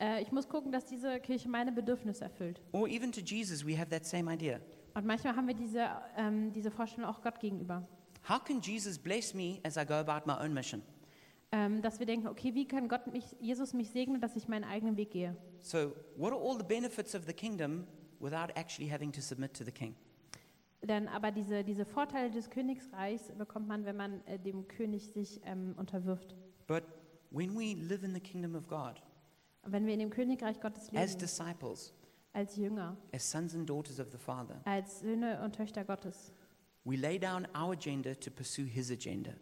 B: Äh, ich muss gucken, dass diese Kirche meine Bedürfnisse erfüllt.
A: Or even to Jesus, we have that same idea.
B: Und manchmal haben wir diese, ähm, diese Vorstellung auch Gott gegenüber.
A: How can Jesus bless me as I go about my own mission?
B: Ähm, dass wir denken, okay, wie kann Gott mich, Jesus mich segnen, dass ich meinen eigenen Weg gehe?
A: So, what are all the benefits of the kingdom without actually having to submit to the king?
B: Denn aber diese, diese Vorteile des Königsreichs bekommt man, wenn man äh, dem König sich ähm, unterwirft.
A: But when we live in the kingdom of God
B: Und wenn wir in dem Königreich Gottes
A: as
B: leben,
A: disciples,
B: als Jünger,
A: as sons and daughters of the Father,
B: als Söhne und Töchter Gottes,
A: we lay down our agenda to pursue his agenda.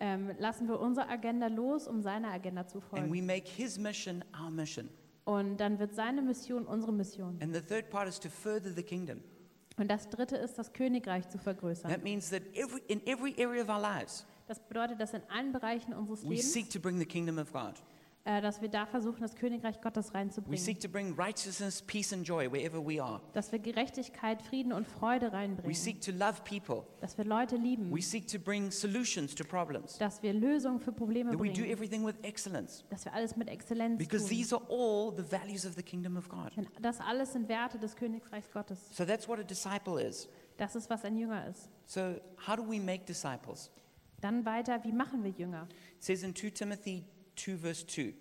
B: ähm, lassen wir unsere Agenda los, um seiner Agenda zu
A: And
B: folgen.
A: we make his mission our mission.
B: Und dann wird seine Mission unsere Mission.
A: And the third part is to further the kingdom.
B: Und das dritte ist, das Königreich zu vergrößern.
A: That means that every, in every area of our lives,
B: Das bedeutet, dass in allen Bereichen unseres
A: we
B: Lebens,
A: seek to bring the kingdom of God.
B: äh, dass wir da versuchen, das Königreich Gottes
A: We
B: reinzubringen.
A: seek to bring righteousness, peace, and joy wherever we are.
B: Dass wir Gerechtigkeit, Frieden und Freude
A: We
B: reinbringen.
A: seek to love people.
B: Dass wir Leute lieben.
A: We seek to bring solutions to problems.
B: Dass wir Lösungen für Probleme
A: That we do
B: bringen.
A: everything with excellence.
B: Dass wir alles mit Exzellenz
A: Because
B: tun.
A: these are all the values of the kingdom of God.
B: Denn das alles sind Werte des Königreichs Gottes.
A: So that's what a disciple is.
B: Das ist, was ein Jünger ist.
A: So, how do we make disciples?
B: Dann weiter, wie machen wir Jünger?
A: It says in 2 Timothy 2, verse 2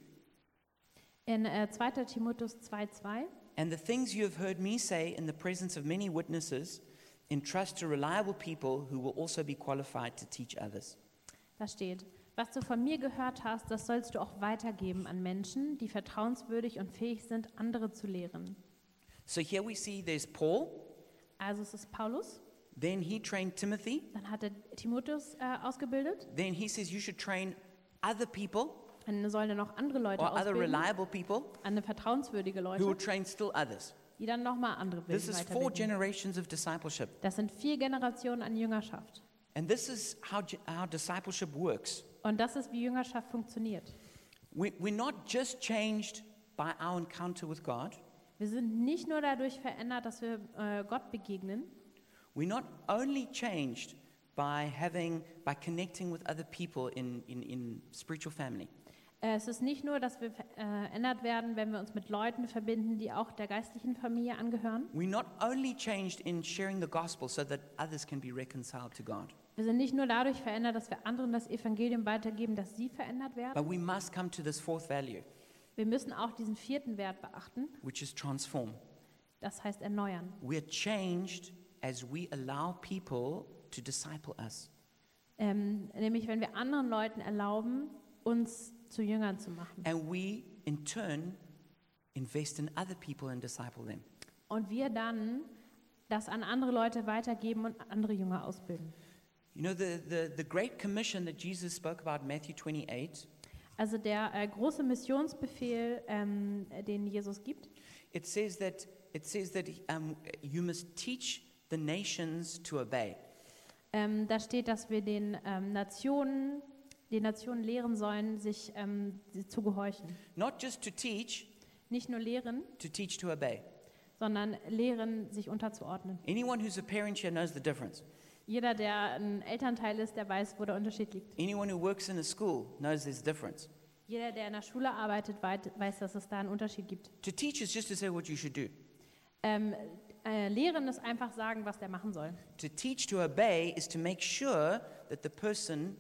B: In äh, 2. Timotheus 2,2.
A: And the things you have heard me say in the presence of many witnesses, entrust to reliable people who will also be qualified to teach others.
B: Da steht, was du von mir gehört hast, das sollst du auch weitergeben an Menschen, die vertrauenswürdig und fähig sind, andere zu lehren.
A: So, here we see there's Paul.
B: Also es ist Paulus,
A: Then he trained Timothy.
B: dann hat er Timotheus äh, ausgebildet,
A: Then he says you should train other people
B: dann sollen er noch andere Leute
A: or other
B: ausbilden,
A: reliable people
B: eine vertrauenswürdige
A: who will
B: Leute,
A: train still others.
B: die dann nochmal andere
A: This
B: bilden,
A: is four
B: weiterbilden.
A: generations of discipleship.
B: Das sind vier Generationen an Jüngerschaft.
A: And this is how, ge- how discipleship works.
B: Und das ist, wie Jüngerschaft funktioniert.
A: We, we're not just changed by our encounter with God,
B: Wir sind nicht nur dadurch verändert, dass wir äh, Gott begegnen.
A: we're not only changed by having by connecting with other people in, in, in spiritual family,
B: Äh, es ist nicht nur, dass wir ver- äh, verändert werden, wenn wir uns mit Leuten verbinden, die auch der geistlichen Familie angehören.
A: we're not only changed in sharing the gospel so that others can be reconciled to God,
B: Wir sind nicht nur dadurch verändert, dass wir anderen das Evangelium weitergeben, dass sie verändert werden.
A: but we must come to this fourth value,
B: Wir müssen auch diesen vierten Wert beachten,
A: which is transform.
B: das heißt erneuern.
A: We're changed as we allow people to disciple us.
B: Ähm, nämlich, wenn wir anderen Leuten erlauben, uns zu Jüngern zu machen.
A: And we, in turn, invest in other people and disciple them.
B: Und wir dann das an andere Leute weitergeben und andere Jünger ausbilden.
A: You know, the, the, the great commission that Jesus spoke about in Matthew 28,
B: Also der äh, große Missionsbefehl, ähm, den Jesus gibt,
A: it says that, it says that um, you must teach the nations to obey.
B: ähm, da steht, dass wir den ähm, Nationen, den Nationen lehren sollen, sich ähm, sie zu gehorchen.
A: Not just to teach,
B: Nicht nur lehren,
A: to teach to obey.
B: sondern lehren, sich unterzuordnen.
A: Anyone who's a parent here knows the difference.
B: Jeder, der ein Elternteil ist, der weiß, wo der Unterschied liegt.
A: Anyone who works in a school knows there's a difference.
B: Jeder, der in der Schule arbeitet, weit- weiß, dass es da einen Unterschied gibt.
A: To teach is just to say what you should do.
B: Ähm, äh, lehren ist einfach sagen, was der machen soll.
A: To teach to obey is to make sure that the person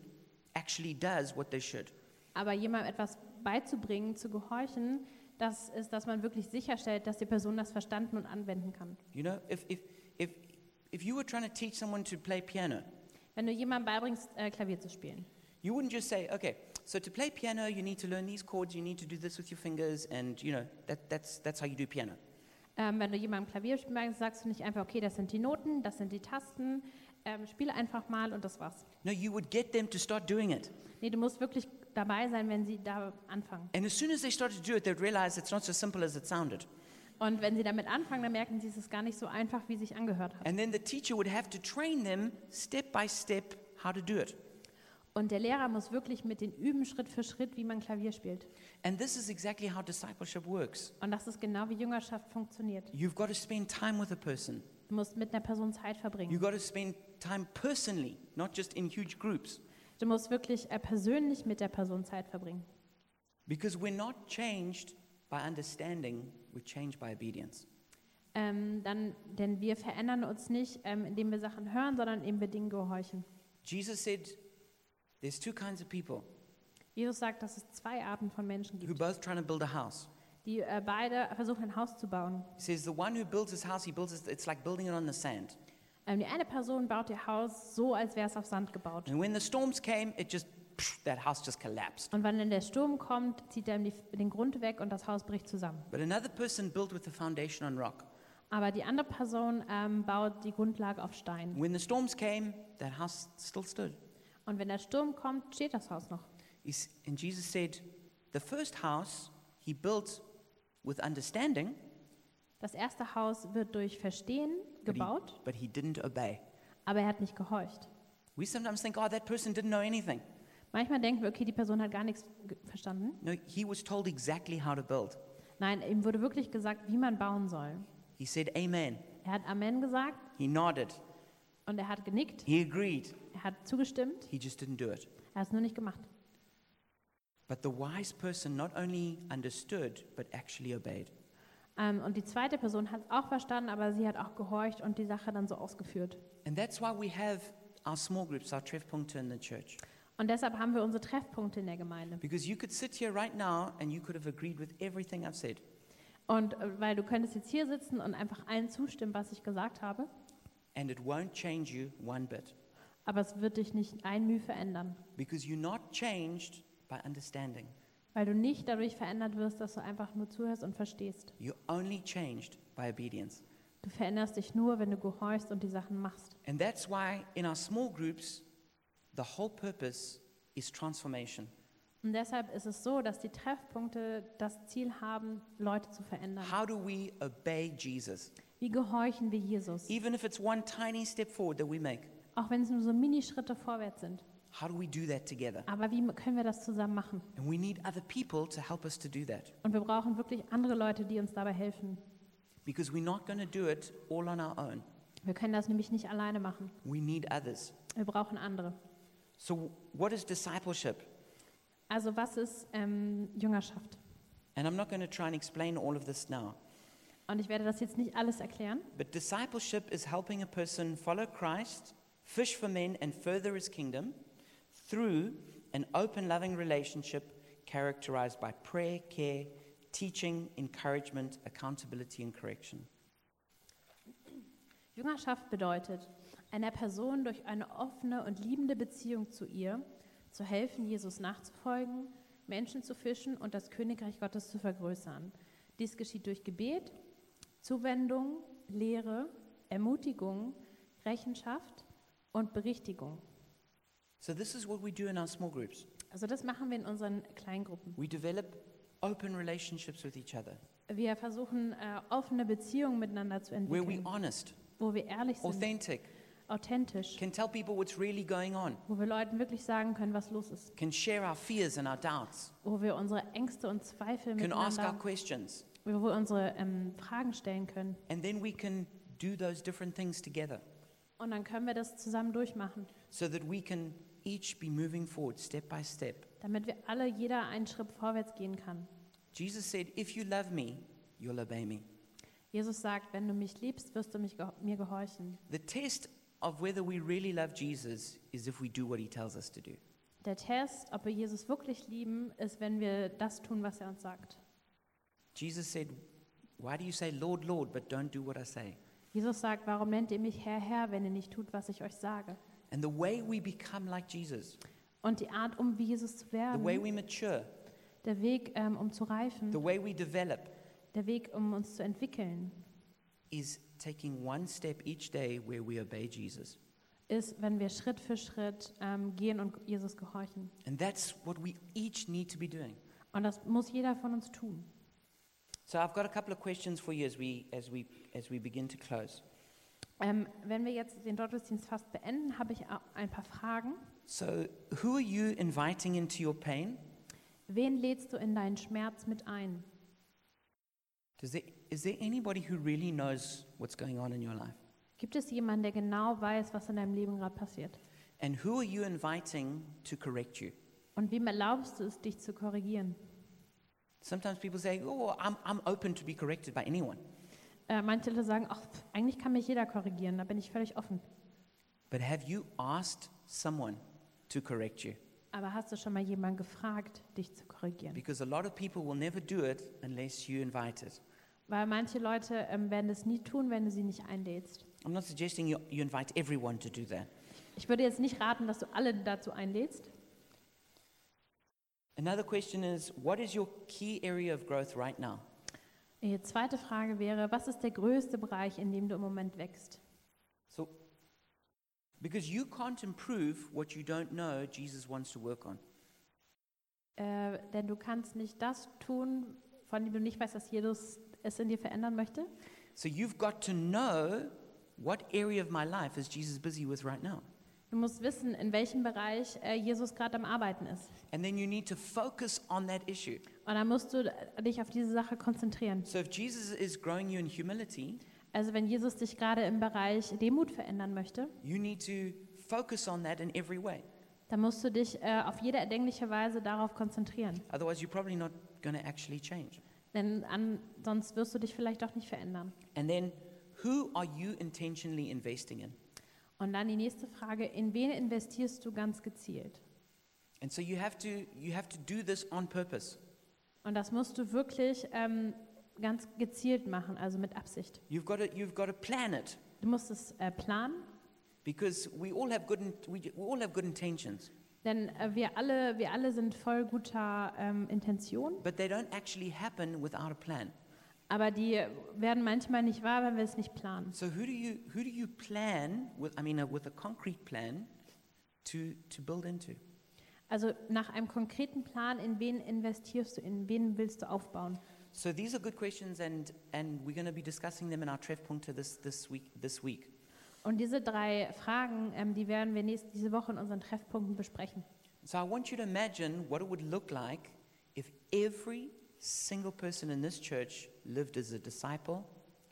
A: actually does what they should.
B: Aber jemandem etwas beizubringen, zu gehorchen, das ist, dass man wirklich sicherstellt, dass die Person das verstanden und anwenden kann.
A: You know, if, if, if, if you were trying to teach someone to play piano,
B: Wenn du jemandem beibringst, äh, Klavier zu spielen,
A: you wouldn't just say, okay, so to play piano, you need to learn these chords, you need to do this with your fingers, and, you know, that, that's, that's how you do piano.
B: ähm, wenn du jemandem Klavier spielen beibringst, sagst du nicht einfach, okay, das sind die Noten, das sind die Tasten, ähm, spiel einfach mal und das war's.
A: No, you would get them to start doing it.
B: Nee, du musst wirklich dabei sein, wenn sie da anfangen.
A: And as soon as they started to do it, they'd realize it's not so simple as it sounded.
B: Und wenn sie damit anfangen, dann merken sie, es ist gar nicht so einfach, wie es sich angehört hat.
A: And then the teacher would have to train them step by step how to do it.
B: Und der Lehrer muss wirklich mit den üben, Schritt für Schritt, wie man Klavier spielt.
A: And this is exactly how discipleship works.
B: Und das ist genau, wie Jüngerschaft funktioniert.
A: You've got to spend time with a person.
B: Du musst mit einer Person Zeit verbringen.
A: You've got to spend time personally, not just in huge groups.
B: Du musst wirklich äh, persönlich mit der Person Zeit verbringen.
A: Because we're not changed by understanding, we're changed by obedience.
B: Ähm, dann, denn wir verändern uns nicht, ähm, indem wir Sachen hören, sondern indem wir Dingen gehorchen.
A: Jesus said, There's two kinds of people
B: Jesus sagt, dass es zwei Arten von Menschen
A: who
B: gibt,
A: both trying to build a house.
B: die äh, beide versuchen, ein Haus zu bauen.
A: He says, The one who builds his house, he builds it, it's like building it on the sand.
B: Ähm, die eine Person baut ihr Haus so, als wäre es auf Sand gebaut.
A: And when the storms came, it just, psh, that house just collapsed.
B: Und wenn dann der Sturm kommt, zieht er ihm die, den Grund weg und das Haus bricht zusammen.
A: But another person built with the foundation on rock.
B: Aber die andere Person ähm, baut die Grundlage auf Stein.
A: When the storms came, that house still stood.
B: Und wenn der Sturm kommt, steht das Haus noch.
A: He's, and Jesus said, The first house he built with understanding,
B: Das erste Haus wird durch Verstehen
A: but he-
B: gebaut,
A: but he didn't obey.
B: aber er hat nicht gehorcht.
A: We sometimes think, oh, that person didn't know anything.
B: Manchmal denken wir, okay, die Person hat gar nichts ge- verstanden.
A: No, he was told exactly how to build.
B: Nein, ihm wurde wirklich gesagt, wie man bauen soll.
A: He said, Amen.
B: Er hat Amen gesagt
A: He nodded.
B: und er hat genickt,
A: He agreed.
B: er hat zugestimmt,
A: He just didn't do it.
B: er hat es nur nicht gemacht.
A: But the wise person not only understood, but actually obeyed.
B: Ähm, und die zweite Person hat es auch verstanden, aber sie hat auch gehorcht und die Sache dann so ausgeführt.
A: And that's why we have our small groups, our Treffpunkte in the church.
B: Und deshalb haben wir unsere Treffpunkte in der Gemeinde.
A: Because you could sit here right now and you could have agreed with everything I've said.
B: Und äh, weil du könntest jetzt hier sitzen und einfach allen zustimmen, was ich gesagt habe,
A: And it won't change you one bit.
B: aber es wird dich nicht ein Mühe verändern,
A: Because you're not changed by understanding.
B: weil du nicht dadurch verändert wirst, dass du einfach nur zuhörst und verstehst.
A: You're only changed by obedience.
B: Du veränderst dich nur, wenn du gehorchst und die Sachen machst.
A: And that's why in our small groups, the whole purpose is transformation.
B: Und deshalb ist es so, dass die Treffpunkte das Ziel haben, Leute zu verändern.
A: How do we obey Jesus?
B: Wie gehorchen wir Jesus?
A: Even if it's one tiny step forward that we make.
B: Auch wenn es nur so Minischritte vorwärts sind.
A: How do we do that together?
B: Aber wie können wir das zusammen machen?
A: And we need other people to help us to do that
B: Und wir brauchen wirklich andere Leute, die uns dabei helfen.
A: because we're not going to do it all on our own.
B: Wir können das nämlich nicht alleine machen.
A: We need others.
B: Wir brauchen andere.
A: So, what is discipleship?
B: Also was ist ähm, Jüngerschaft?
A: And I'm not going to try and explain all of this now,
B: Und ich werde das jetzt nicht alles erklären,
A: but discipleship is helping a person follow Christ, fish for men, and further his kingdom through an open, loving relationship characterized by prayer, care, teaching, encouragement, accountability, and correction.
B: Jüngerschaft bedeutet, einer Person durch eine offene und liebende Beziehung zu ihr zu helfen, Jesus nachzufolgen, Menschen zu fischen und das Königreich Gottes zu vergrößern. Dies geschieht durch Gebet, Zuwendung, Lehre, Ermutigung, Rechenschaft und Berichtigung.
A: So, this is what we do in our small groups.
B: Also das machen wir in unseren Kleingruppen.
A: We develop open relationships with each other
B: Wir versuchen äh, offene Beziehungen miteinander zu
A: where we're
B: entwickeln,
A: honest,
B: wo wir ehrlich sind,
A: authentic,
B: authentisch,
A: can tell people what's really going on,
B: wo wir Leuten wirklich sagen können, was los ist.
A: can share our fears and our doubts,
B: wo wir unsere Ängste und Zweifel
A: can ask our
B: miteinander,
A: questions.
B: wo wir unsere ähm, Fragen stellen können.
A: And then we can do those different things together
B: Und dann können wir das zusammen durchmachen,
A: so that we can each be moving forward step by step.
B: damit wir alle jeder einen Schritt vorwärts gehen kann.
A: Jesus said, If you love me, you'll obey me.
B: Jesus sagt, wenn du mich liebst, wirst du mich geho- mir gehorchen.
A: The test of whether we really love Jesus is if we do what he tells us to do.
B: Der Test, ob wir Jesus wirklich lieben, ist, wenn wir das tun, was er uns sagt.
A: Jesus said, Why do you say, Lord, Lord, but don't do what I say?
B: Jesus sagt, warum nennt ihr mich Herr, Herr, wenn ihr nicht tut, was ich euch sage?
A: And the way we become like Jesus,
B: Und die Art, um wie Jesus zu
A: the way
B: werden,
A: we mature,
B: der Weg, ähm, um zu
A: the
B: reifen,
A: way we develop,
B: der Weg, um uns zu entwickeln,
A: is taking one step each day where we obey Jesus.
B: ist, wenn wir Schritt für Schritt ähm, gehen und Jesus gehorchen.
A: And that's what we each need to be doing.
B: Und das muss jeder von uns tun.
A: So I've got a couple of questions for you as we as we as we begin to close.
B: Ähm, wenn wir jetzt den Gottesdienst fast beenden, habe ich au- ein paar Fragen.
A: So who are you inviting into your pain?
B: Wen lädst du in deinen Schmerz mit ein?
A: Does there, is there anybody who really knows what's going on in your life?
B: Gibt es jemanden, der genau weiß, was in deinem Leben gerade passiert?
A: And who are you inviting to correct you?
B: Und wem erlaubst du es, dich zu korrigieren?
A: Sometimes people say, "Oh, I'm I'm open to be corrected by anyone."
B: Äh, manche Leute sagen, ach, pf, eigentlich kann mich jeder korrigieren, da bin ich völlig offen.
A: But have you asked someone to correct you?
B: Aber hast du schon mal jemanden gefragt, dich zu korrigieren?
A: Because a lot of people will never do it unless you invite it.
B: Weil manche Leute ähm, werden das nie tun, wenn du sie nicht einlädst.
A: I'm not suggesting you, you invite everyone to do that.
B: Ich würde jetzt nicht raten, dass du alle dazu einlädst.
A: Another question is, what is your key area of growth right now?
B: Die zweite Frage wäre, was ist der größte Bereich, in dem du im Moment wächst?
A: So, because you can't improve what you don't know Jesus wants to work on.
B: Äh, denn du kannst nicht das tun, von dem du nicht weißt, dass Jesus es in dir verändern möchte.
A: So you've got to know what area of my life is Jesus busy with right now.
B: Du musst wissen, in welchem Bereich äh, Jesus gerade am Arbeiten ist.
A: And then you need to focus on that issue.
B: Und dann musst du dich auf diese Sache konzentrieren.
A: So if Jesus is growing you in humility,
B: Also wenn Jesus dich gerade im Bereich Demut verändern möchte,
A: you need to focus on that in every way.
B: dann musst du dich äh, auf jede erdenkliche Weise darauf konzentrieren.
A: Otherwise, you're probably not going to actually change.
B: Denn an, sonst wirst du dich vielleicht auch nicht verändern.
A: And then, who are you intentionally investing in?
B: Und dann die nächste Frage, in wen investierst du ganz gezielt?
A: And so you have to you have to do this on purpose.
B: Und das musst du wirklich ähm, ganz gezielt machen, also mit Absicht.
A: You've got to you've got to plan it
B: Du musst es äh, planen,
A: because we all have good in, we, we all have good intentions,
B: denn äh, wir, alle, wir alle sind voll guter ähm, Intention,
A: but they don't actually happen without a plan.
B: aber die werden manchmal nicht wahr, wenn wir es nicht planen.
A: So who do you who do you plan with? I mean, uh, with a concrete plan to to build into.
B: Also nach einem konkreten Plan, in wen investierst du, in wen willst du aufbauen?
A: So these are good questions, and and we're going to be discussing them in our Treffpunkte this this week this week.
B: Und diese drei Fragen, ähm, die werden wir nächst, diese Woche in unseren Treffpunkten besprechen.
A: So I want you to imagine what it would look like if every single person in this church lived as a disciple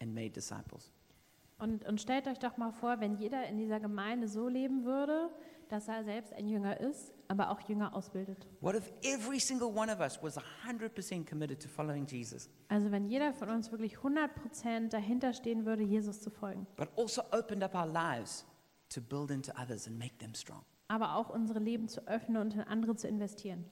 A: and made disciples.
B: Und, und stellt euch doch mal vor, wenn jeder in dieser Gemeinde so leben würde, dass er selbst ein Jünger ist, aber auch Jünger ausbildet.
A: What if every single one of us was 100% committed to following Jesus,
B: Also wenn jeder von uns wirklich 100% dahinter stehen würde, Jesus zu folgen,
A: but also opened up our lives to build into others and make them strong?
B: aber auch unsere Leben zu öffnen und in andere zu investieren.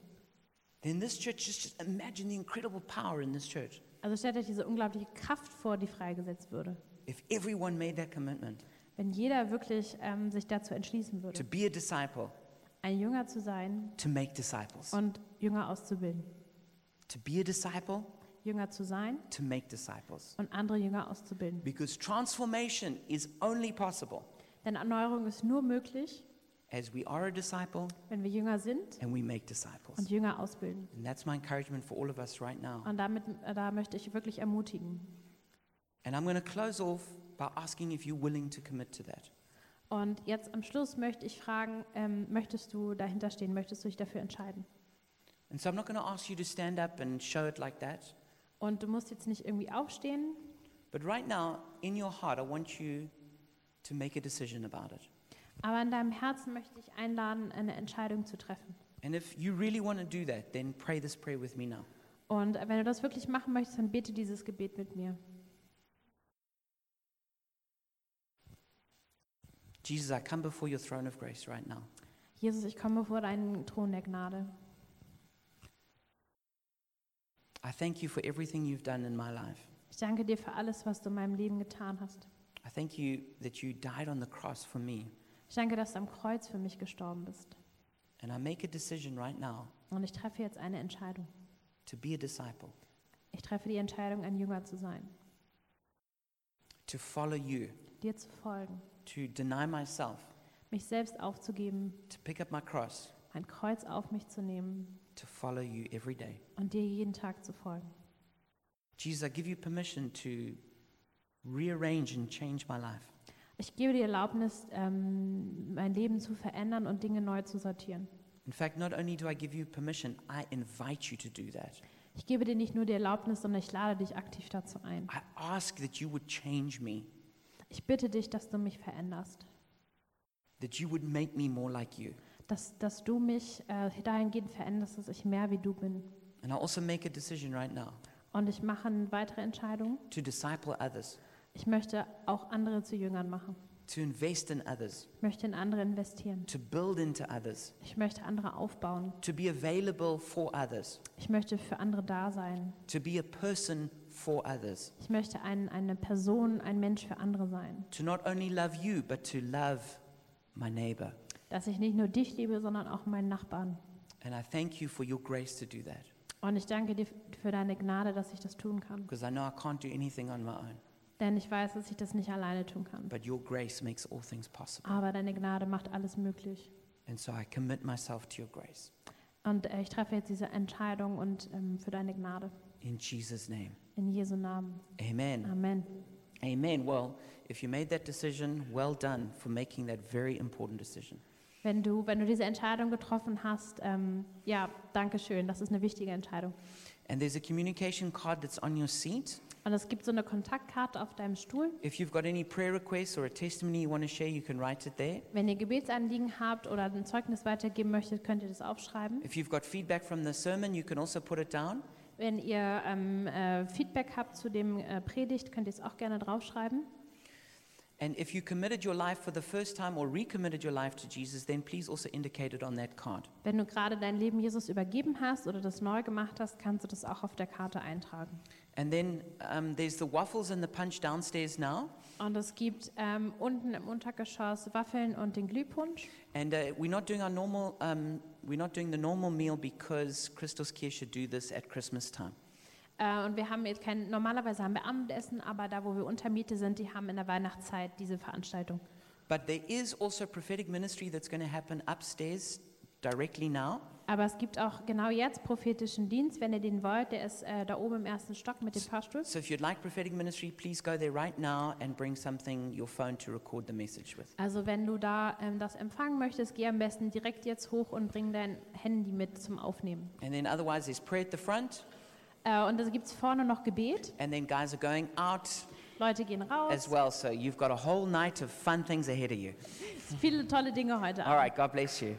A: Then this church, just, just imagine the incredible power in this church.
B: Also stellt euch diese unglaubliche Kraft vor, die freigesetzt würde,
A: If everyone made that commitment
B: wenn jeder wirklich ähm, sich dazu entschließen
A: to
B: würde,
A: be a disciple,
B: ein Jünger zu sein
A: to make disciples,
B: und Jünger auszubilden.
A: to be a disciple,
B: Jünger zu sein
A: to make disciples.
B: und andere Jünger auszubilden.
A: Because transformation is only possible
B: Denn Erneuerung ist nur möglich,
A: as we are a disciple
B: wenn wir Jünger sind
A: and we make disciples.
B: und Jünger ausbilden.
A: And that's my encouragement for all of us right now.
B: Und damit, äh, da möchte ich wirklich ermutigen.
A: And I'm going to close off by asking if you're willing to commit to that.
B: Und jetzt am Schluss möchte ich fragen, ähm, möchtest du dahinter stehen, möchtest du dich dafür entscheiden?
A: And so I'm not going to ask you to stand up and show it like that.
B: Und du musst jetzt nicht irgendwie aufstehen,
A: But right now, in your heart, I want you to make a decision about it.
B: aber in deinem Herzen möchte ich einladen, eine Entscheidung zu treffen.
A: And if you really want to do that, then pray this prayer with me now.
B: Und wenn du das wirklich machen möchtest, dann bete dieses Gebet mit mir.
A: Jesus, I come before your throne of grace right now.
B: Jesus, ich komme vor deinen Thron der Gnade.
A: I thank you for everything you've done in my life.
B: Ich danke dir für alles, was du in meinem Leben getan hast.
A: I thank you that you died on the cross for me.
B: Ich danke, dass du am Kreuz für mich gestorben bist.
A: And I make a decision right now
B: Und ich treffe jetzt eine Entscheidung.
A: to be a disciple,
B: Ich treffe die Entscheidung, ein Jünger zu sein,
A: to follow you,
B: dir zu folgen,
A: to deny myself,
B: mich selbst aufzugeben,
A: to pick up my cross,
B: mein Kreuz auf mich zu nehmen
A: to follow you every day.
B: und dir jeden Tag zu folgen.
A: Jesus, I give you permission to rearrange and change my life.
B: Ich gebe dir Erlaubnis, ähm, mein Leben zu verändern und Dinge neu zu sortieren.
A: In fact, not only do I give you permission, I invite you to do that.
B: Ich gebe dir nicht nur die Erlaubnis, sondern ich lade dich aktiv dazu ein.
A: I ask that you would change me,
B: Ich bitte dich, dass du mich veränderst,
A: that you would make me more like you.
B: dass, dass du mich äh, dahingehend veränderst, dass ich mehr wie du bin.
A: And I also make a decision right now
B: Und ich mache eine weitere Entscheidung.
A: to disciple others,
B: Ich möchte auch andere zu Jüngern machen.
A: to invest in others,
B: Ich möchte in andere investieren.
A: to build into others,
B: Ich möchte andere aufbauen.
A: to be available for others,
B: Ich möchte für andere da sein.
A: to be a person for others,
B: Ich möchte ein, eine Person, ein Mensch für andere sein.
A: to not only love you, but to love my neighbor.
B: Dass ich nicht nur dich liebe, sondern auch meinen Nachbarn.
A: And I thank you for your grace to do that,
B: Und ich danke dir für deine Gnade, dass ich das tun kann.
A: because I know I can't do anything on my own,
B: Denn ich weiß, dass ich das nicht alleine tun kann.
A: but your grace makes all things possible.
B: Aber deine Gnade macht alles möglich.
A: And so I commit myself to your grace.
B: Und äh, ich treffe jetzt diese Entscheidung und ähm, für deine Gnade.
A: In Jesus' name.
B: In Jesu Namen.
A: Amen.
B: Amen.
A: Amen. Well, if you made that decision, well done for making that very important decision.
B: Wenn du, wenn du diese Entscheidung getroffen hast, ähm, ja, danke schön. Das ist eine wichtige Entscheidung.
A: And there's a communication card that's on your seat.
B: Und es gibt so eine Kontaktkarte auf deinem Stuhl.
A: If you've got any prayer requests or a testimony you want to share, you can write it there.
B: Wenn ihr Gebetsanliegen habt oder ein Zeugnis weitergeben möchtet, könnt ihr das aufschreiben.
A: If you've got feedback from the sermon, you can also put it down.
B: Wenn ihr ähm, äh, Feedback habt zu dem äh, Predigt, könnt ihr es auch gerne draufschreiben.
A: And if you committed your life for the first time or recommitted your life to Jesus, then please also indicate it on that card.
B: Wenn du gerade dein Leben Jesus übergeben hast oder das neu gemacht hast, kannst du das auch auf der Karte eintragen.
A: And then um, there's the waffles and the punch downstairs now.
B: Und es gibt ähm, unten im Untergeschoss Waffeln und den Glühpunsch.
A: And uh, we're not doing our normal, um, we're not doing the normal meal because Christos Kier should do this at Christmas time.
B: Äh, und wir haben jetzt kein, normalerweise haben wir Abendessen, aber da, wo wir Untermiete sind, die haben in der Weihnachtszeit diese Veranstaltung.
A: But there is also prophetic ministry that's going to happen upstairs directly now.
B: Aber es gibt auch genau jetzt prophetischen Dienst, wenn ihr den wollt. Der ist äh, da oben im ersten Stock mit dem Fahrstuhl.
A: So if you'd like prophetic ministry, please go there right now and bring something, your phone, to record the message with.
B: Also wenn du da ähm, das empfangen möchtest, geh am besten direkt jetzt hoch und bring dein Handy mit zum Aufnehmen.
A: And then otherwise, there's prayer at the front.
B: Äh, und da gibt es vorne noch Gebet.
A: And then guys are going out
B: Leute gehen raus.
A: as well. So you've got a whole night of fun things ahead of you.
B: Viele tolle Dinge heute
A: All
B: Abend.
A: right, God bless you.